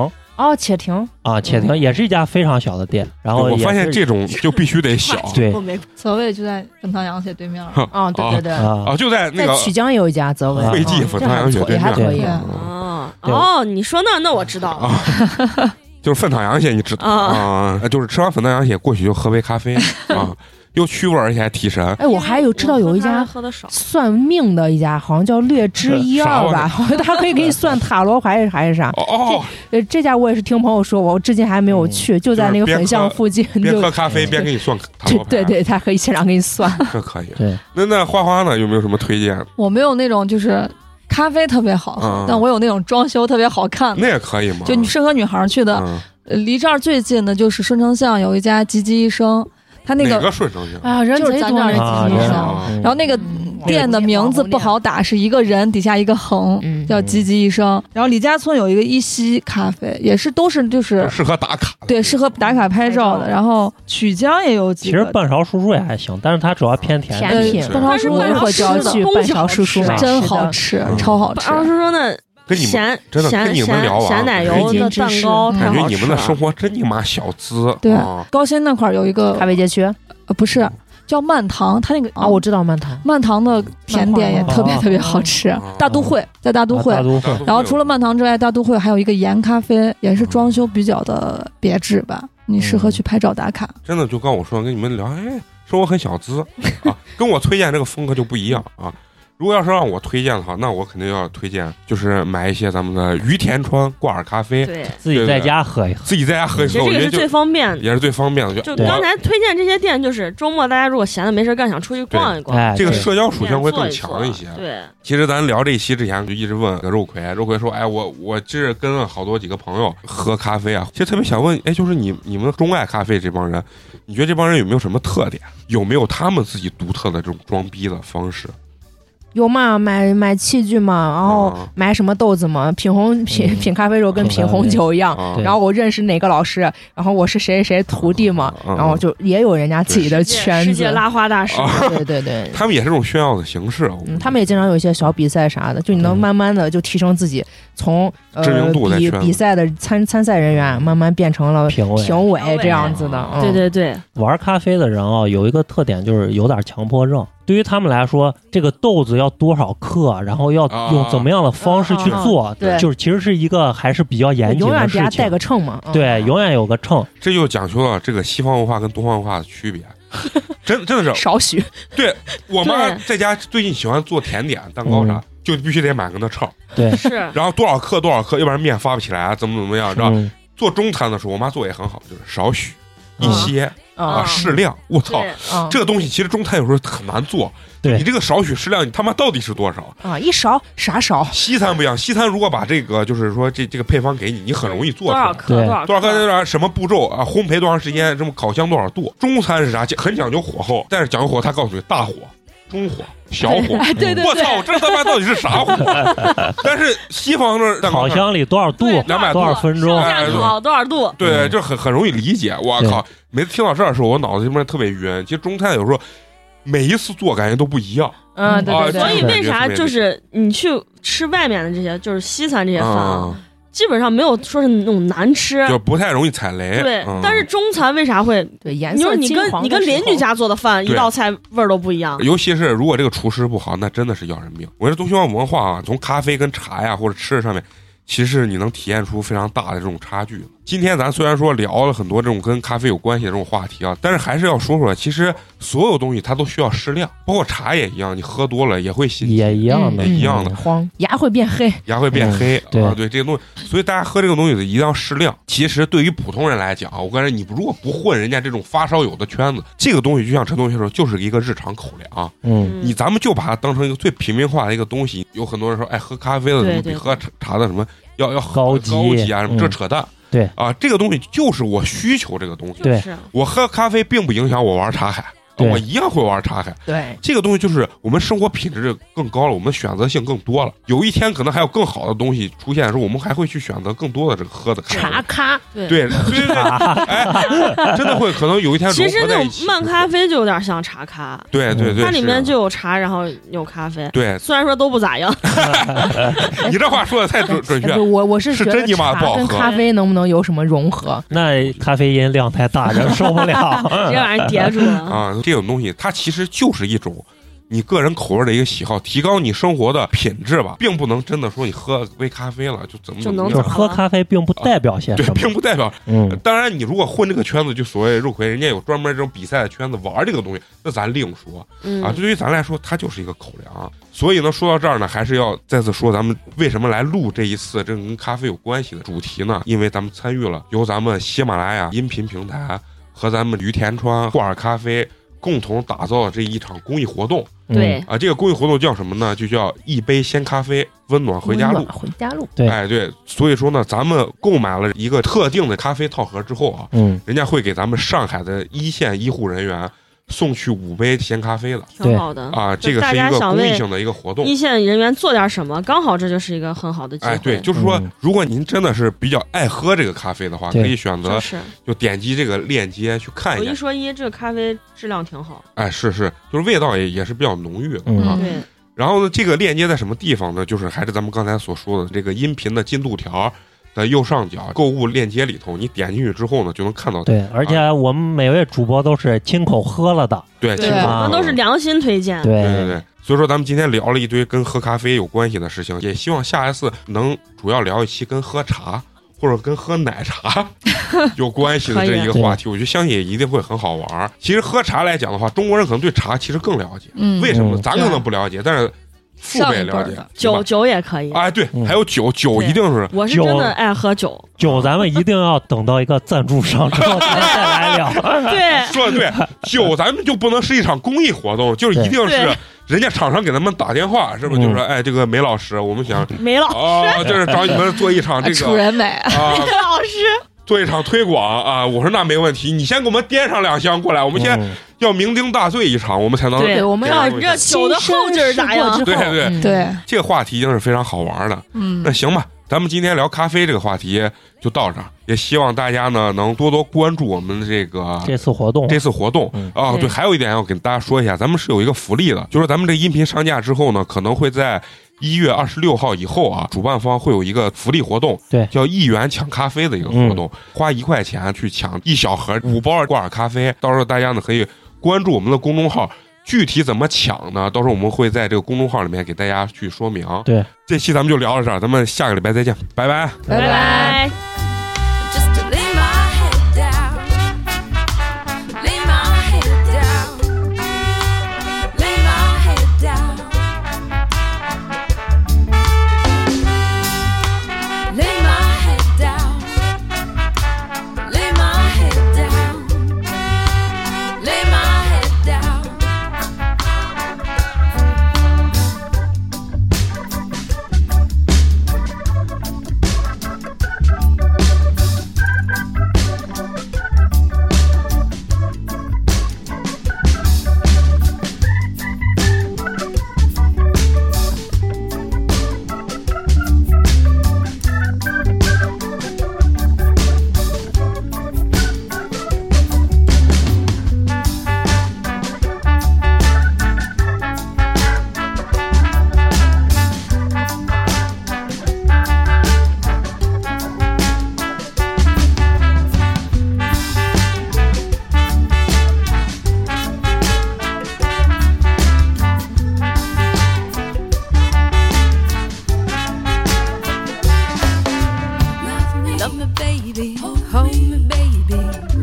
B: 哦，且停，
D: 啊，且停也是一家非常小的店，然后
A: 嗯我
D: 也
A: 发现
D: 是
A: 这种就必须得小
D: 对
E: 哦我没
C: 所谓就在粉汤羊血对面儿，
B: 啊，对对对，
D: 啊
A: 嗯啊，就在那
B: 在
A: 个
B: 曲江也有一家泽伟，
D: 啊
A: 魏记
B: 嗯
A: 粉
B: 这
A: 汤
B: 还
A: 羊
B: 不
A: 血
B: 错
A: 对
B: 也还
D: 面
B: 可以
C: 对。
A: 嗯
E: 啊
D: 对
E: 哦，你说那那我知道了
A: 啊，就是粉汤羊血，你知道
E: 啊
A: 啊？就是吃完粉汤羊血过去就喝杯咖 啡啊，又去味儿，而且还提神。
B: 哎，我还有知道有一
E: 我喝
B: 家
E: 咖啡喝的少，
B: 算命的一家，好像叫略知一
A: 啥
B: 二
A: 玩意儿
B: 吧，好像他可以给你算塔罗牌还是啥。
A: 哦哦，
B: 呃，这家我也是听朋友说过，我至今还没有去，就在那个粉巷附近，
A: 嗯 边
B: 就
A: 喝咖啡边给你算塔罗
B: 对
A: 牌，
B: 对，对，他可以现场给你算。
A: 这可以。
D: 对，
A: 那那花花呢？有没有什么推荐？
C: 我没有那种就是咖啡特别好喝，
A: 嗯
C: 但我有那种装修特别好看的，
A: 那也可以嘛。
C: 就你适合女孩儿去的。
A: 嗯
C: 呃离这儿最近的就是顺城巷有一家吉吉医生，他那
A: 哪
C: 个，
A: 个顺手行？
B: 呀，人
C: 就是咱这儿
D: 啊，
C: 人
D: 对
C: 是
A: 啊
D: 嗯
C: 然后那个店的名字不好打，是一个人底下一个横。
B: 嗯，
C: 叫吉吉医生，然后李家村有一个一西咖啡，也是都是就是
A: 适合打卡的。
C: 对适合打卡拍照
B: 拍
C: 的，
B: 照
C: 然后曲江也有
D: 其
C: 几
D: 实
C: 个，
D: 半勺叔叔也还行，但是它主要偏甜
B: 甜
C: 呃
B: 品，
A: 是
C: 半勺
E: 但是
C: 叔叔
B: 我一
C: 一
B: 会
E: 半
C: 会
B: 儿
C: 儿就要
B: 就要
E: 吃的
B: 去
C: 去，
E: 东
B: 半
E: 西
B: 勺
E: 好
B: 叔叔
D: 吃
B: 买，
C: 真
B: 是
C: 好
B: 的。
C: 吃
A: 嗯，
C: 超好吃。
E: 二叔说那
A: 跟你们
E: 咸
A: 真的跟
E: 咸
A: 你们聊啊
E: 咸咸奶
A: 人
E: 油
B: 均
E: 的
B: 知
E: 蛋
B: 识
E: 糕，太
A: 感觉
E: 好
A: 你
E: 吃啊
A: 们的
E: 了
A: 生活真你妈小资。
C: 对
A: 啊
C: 高新那块儿有一个
B: 咖啡街区
C: 呃，不是叫曼糖，它那个
B: 啊，我知道啊曼糖，
C: 曼糖的甜点也特别特别好吃
A: 哦，
C: 大都会在大都会
D: 啊大。都会
A: 大都
C: 然后
A: 会
C: 除了曼糖之外，大都会还有一个盐咖啡，也是装修比较的别致吧，你适合去拍照打卡。
A: 真的就跟我说跟你们聊，哎，生活很小资啊，跟我推荐这个风格就不一样啊。如果要是让我推荐的话，那我肯定要推荐，就是买一些咱们的于田川挂耳咖啡，
E: 对，
D: 自己在家喝一喝，
A: 自己在家喝一
E: 其
A: 喝，
E: 实
A: 我
E: 这
A: 觉得
E: 个是
A: 就
E: 最方便的。
A: 也是最方便的。
E: 就
D: 对
E: 刚才推荐这些店，就是周末大家如果闲的没事干，想出去逛一逛，
D: 哎，
A: 这个
D: 对
A: 社交属
E: 随便
A: 性会
E: 坐
A: 更
E: 一
A: 强
E: 坐
A: 一些。
E: 对，
A: 其实咱聊这一期之前，就一直问葛肉葵，肉葵说：“哎，我我这是跟了好多几个朋友喝咖啡啊，其实特别想问，哎，就是你你们钟爱咖啡这帮人，你觉得这帮人有没有什么特点？有没有他们自己独特的这种装逼的方式？
B: 有嘛买买器具嘛，然后
A: 啊
B: 买什么豆子嘛，品红品
D: 嗯
B: 品咖啡肉跟品红酒一样，
A: 啊
D: 对
B: 然后我认识哪个老师，然后我是谁谁徒弟嘛，
A: 嗯嗯
B: 然后就也有人家自己的
E: 世界
B: 圈
E: 世
B: 子
E: 界，拉花大师，
B: 对对 对。
A: 他们也是这种炫耀的形式，我
B: 嗯，他们也经常有一些小比赛啥的，就你能
D: 嗯
B: 慢慢的就提升自己，从呃
A: 知名度在
B: 比
A: 圈子
B: 比赛的参参赛人员慢慢变成了
D: 品味
B: 评委
E: 评委
B: 这样子的
A: 啊，
B: 嗯
E: 对对对，
D: 玩咖啡的人啊，有一个特点就是有点强迫症。对于他们来说，这个豆子要多少克，然后要
A: 啊
D: 用怎么样的方式去做，
B: 对
D: 就是其实是一个还是比较严谨
B: 永远
D: 的
B: 给
D: 事
B: 他带
D: 情。
B: 个秤嘛，嗯
D: 对，永远有个秤。
A: 这就讲究了这个西方文化跟东方文化的区别。真真的是，
B: 少许，
A: 我妈
E: 对
A: 在家最近喜欢做甜点、蛋糕啥，
D: 嗯
A: 就必须得买个那秤，
D: 对，
E: 是
A: 然后多少克多少克，要不然面发不起来，怎么怎么样，知道吧？
D: 嗯，
A: 做中餐的时候，我妈做也很好，就是少许、
D: 嗯
A: 一 些啊，
B: 啊
E: 嗯
A: 适量。我操，
E: 对
B: 啊
A: 这个东西其实中餐有时候很难做。
D: 对
A: 你这个少许适量，你他妈到底是多少？
D: 嗯
B: 啊一勺啥勺，
A: 西餐不一样，西餐如果把这个就是说这这个配方给你，你很容易做
E: 多
A: 出
E: 少
A: 来。
E: 克
D: 对
E: 多少
A: 多少克
E: 克
A: 多少什么步骤啊？烘焙多长时间？什么烤箱多少度？中餐是啥？很讲究火候，但是讲究火，他告诉你大火、中火、小 火。
C: 哎，对对
A: 我
C: 对，
A: 操，这他妈到底是啥 火？但是西方的蛋糕
D: 烤
A: 上
D: 箱里多少度？
E: 对
A: 两百
D: 多少分钟
E: 上下烤多少度？
A: 对，
D: 嗯
A: 就很很容易理解。我
D: 对
A: 靠，每次听到这儿的时候，我脑子这边特别晕。其实中餐有时候每一次做感觉都不一样
B: 嗯，对对
A: 啊
B: 对，
E: 所以为啥
A: 对
E: 就是你去吃外面的这些，就是西餐这些饭啊，
A: 啊，
E: 基本上没有说是那种难吃。
A: 就不太容易踩雷。
E: 对
A: 嗯，
E: 但是中餐为啥会？
B: 对颜
E: 你说
B: 色
E: 你
B: 金
E: 跟
B: 黄
E: 你
B: 的
E: 跟
B: 时
E: 邻
B: 候
E: 居家做的饭，一
A: 对
E: 道菜味儿都不一样。
A: 尤其是如果这个厨师不好，那真的是要人命。我觉得东西方文化啊，从咖啡跟茶呀或者吃的上面，其实你能体验出非常大的这种差距。今天咱虽然说聊了很多这种跟咖啡有关系的这种话题啊，但是还是要说说，其实所有东西它都需要适量，包括茶也一样，你喝多了也会心悸，
D: 也一样的，
A: 嗯一样的
B: 慌，牙会变黑。
A: 牙会变
D: 嗯
A: 黑、
D: 对
A: 啊。对这个东西，所以大家喝这个东西一定要适量。其实对于普通人来讲啊，我感觉你如果不混人家这种发烧友的圈子，这个东西就像陈同学说，就是一个日常口粮。啊
D: 嗯，
A: 你咱们就把它当成一个最平民化的一个东西。有很多人说，哎，喝咖啡的什么
E: 对
A: 比
E: 对
A: 喝茶茶的什么要要
D: 高级
A: 级高啊，什么
D: 嗯
A: 这扯淡。
D: 对
A: 啊，这个东西就是我需求这个东西。
D: 对
E: 是
A: 我喝咖啡并不影响我玩茶海，啊
D: 对
A: 我一样会玩茶海。
B: 对，
A: 这个东西就是我们生活品质更高了，我们选择性更多了。有一天可能还有更好的东西出现的时候，我们还会去选择更多的这个喝的咖啡
B: 茶。咖，
E: 对。
A: 对，对对对， 哎，真的会，可能有一天
E: 其
A: 融
E: 实
A: 合在
E: 那
A: 一
E: 种
A: 起。
E: 慢咖啡就有点像茶咖，
A: 对对对，
E: 它里
A: 是啊
E: 面就有茶，然后有咖啡，
A: 对
E: 虽然说都不 咋样，
A: 你这话说的太准准确
B: 哎不。我我是
A: 是
B: 觉得
A: 真你妈不
B: 茶
A: 好
B: 跟
A: 喝
B: 咖啡能不能有什么融合？
D: 那咖啡因量太大，人受不 了。
E: 直接把人叠住了。
A: 嗯 啊，这种东西它其实就是一种你个人口味的一个喜好，提高你生活的品质吧，并不能真的说你喝杯咖啡了就怎么
E: 就
A: 怎么
E: 能
D: 就是
A: 样。
D: 喝咖啡并不代表些
A: 对
D: 什，么，
A: 并不代表。
D: 嗯，
A: 当然，你如果混这个圈子，就所谓肉魁，人家有专门这种比赛的圈子玩这个东西，那咱另说
E: 嗯
A: 啊。，对于咱来说，它就是一个口粮。所以呢，说到这儿呢，还是要再次说咱们为什么来录这一次这跟咖啡有关系的主题呢？因为咱们参与了由咱们喜马拉雅音频平台和咱们驴田川挂耳咖啡共同打造的这一场公益活动。
D: 嗯
E: 对，
A: 啊，这个公益活动叫什么呢？就叫一杯鲜咖啡，温暖回家
B: 温
A: 路
B: 暖。回家路，
D: 对
A: 哎，对，所以说呢，咱们购买了一个特定的咖啡套盒之后啊，
D: 嗯，
A: 人家会给咱们上海的一线医护人员送去五杯鲜咖啡的
E: 挺好的。
A: 啊，
E: 就
A: 这个
E: 大
A: 是
E: 家
A: 一个
E: 想
A: 公益
E: 为
A: 性的一个活动
E: 一。线人员做点什么，刚好这就是一个很好的机会。
A: 哎，对，就是说
D: 嗯，
A: 如果您真的是比较爱喝这个咖啡的话，可
D: 对
A: 以选择
E: 就是
A: 就点击这个链接去看
E: 有
A: 一
E: 一
A: 下。
E: 说一，这个咖啡质量挺好。
A: 哎，是是，就是味道也也是比较浓郁的。
D: 嗯
A: 啊
B: 嗯
E: 对，
A: 然后呢，这个链接在什么地方呢？就是还是咱们刚才所说的这个音频的进度条的右上角购物链接里头，你点进去之后呢，就能看到它。
D: 对，而
A: 啊
D: 且我们每位主播都是亲口喝了的，
A: 对，
E: 对，
A: 清楚
E: 那
D: 啊
E: 都是良心推荐。
A: 对对对。所以说，咱们今天聊了一堆跟喝咖啡有关系的事情，也希望下一次能主要聊一期跟喝茶或者跟喝奶茶有关系的这一个话题，我就相信也一定会很好玩儿。其实喝茶来讲的话，中国人可能对茶其实更了解，
C: 嗯，
A: 为什么呢？
D: 嗯
A: 咱可能不了解，但是父
C: 上
A: 辈
C: 一辈
A: 了
C: 儿
A: 解
C: 的。
A: 对吧
E: 酒酒也可以，
A: 哎，对，
D: 嗯
A: 还有酒，酒
E: 对
A: 一定是
E: 我是
D: 酒
E: 真的爱 喝酒。
D: 酒咱们一定要等到一个赞助商之后咱们再来聊。
E: 对，
A: 说的对，酒咱们就不能是一场公益活动，就是一定是
E: 对
A: 人家厂商给咱们打电话，是不是？
D: 嗯
A: 就说，哎，这个梅老师，我们想
E: 梅 老
A: 啊，就是找你们做一场这
C: 楚
A: 个
C: 人美，
A: 啊，
E: 梅老师，
A: 做一场推广啊。我说那没问题，你先给我们颠上两箱过来， 我们先
D: 嗯
A: 要酩酊大醉一场，我们才能
E: 对
B: 我们
A: 这
B: 要
A: 样
E: 这酒的后劲儿咋样
B: 亲身试过之后
A: 对对
B: 嗯
C: 对，
A: 这个话题一定是非常好玩的。
C: 嗯
A: 那，行吧，咱们今天聊咖啡这个话题就到这儿，也希望大家呢能多多关注我们的这个
D: 这次活动，
A: 这次活动
D: 嗯
A: 啊，对，
E: 对
A: 还有一点要给大家说一下，咱们是有一个福利的，就是咱们这个音频上架之后呢，可能会在一月二十六号以后啊，主办方会有一个福利活动，
D: 对嗯
A: 叫一元抢咖啡的一个活动，花一块钱去抢一小盒五包挂耳咖啡，到时候大家呢可以关注我们的公众号。具体怎么抢呢？到时候我们会在这个公众号里面给大家去说明。
D: 对，
A: 这期咱们就聊到这儿，咱们下个礼拜再见，拜拜。
B: 拜拜。
E: 拜。
F: just to lay my head down. Lay my head down. Lay my head down. Lay my head down. Lay my head down. Lay my head down.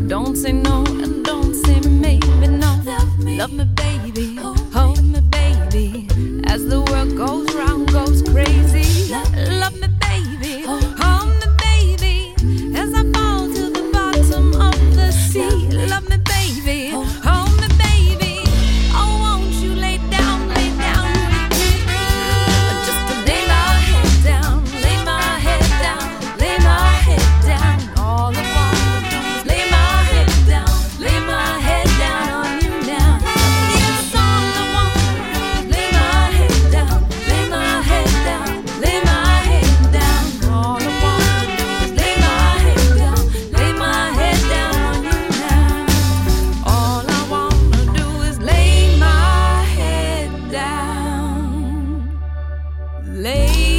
F: Don't say no and don't say maybe no. Love me, love me baby, hold me, baby. As the world goes round, goes crazy. Love me, baby, hold me, baby. As I fall to the bottom of the sea. Love me, baby, hold me, baby. Oh, won't you lay down, lay down with me? Just to lay my head down, lay my head down, lay my head down all at once. Lay my head down, lay my head down on you now. Yes, all at once. Lay my head down, lay my head down, lay my head down all at once. Lay my head down, lay my head down on you now. All I wanna do is lay my head down. Lay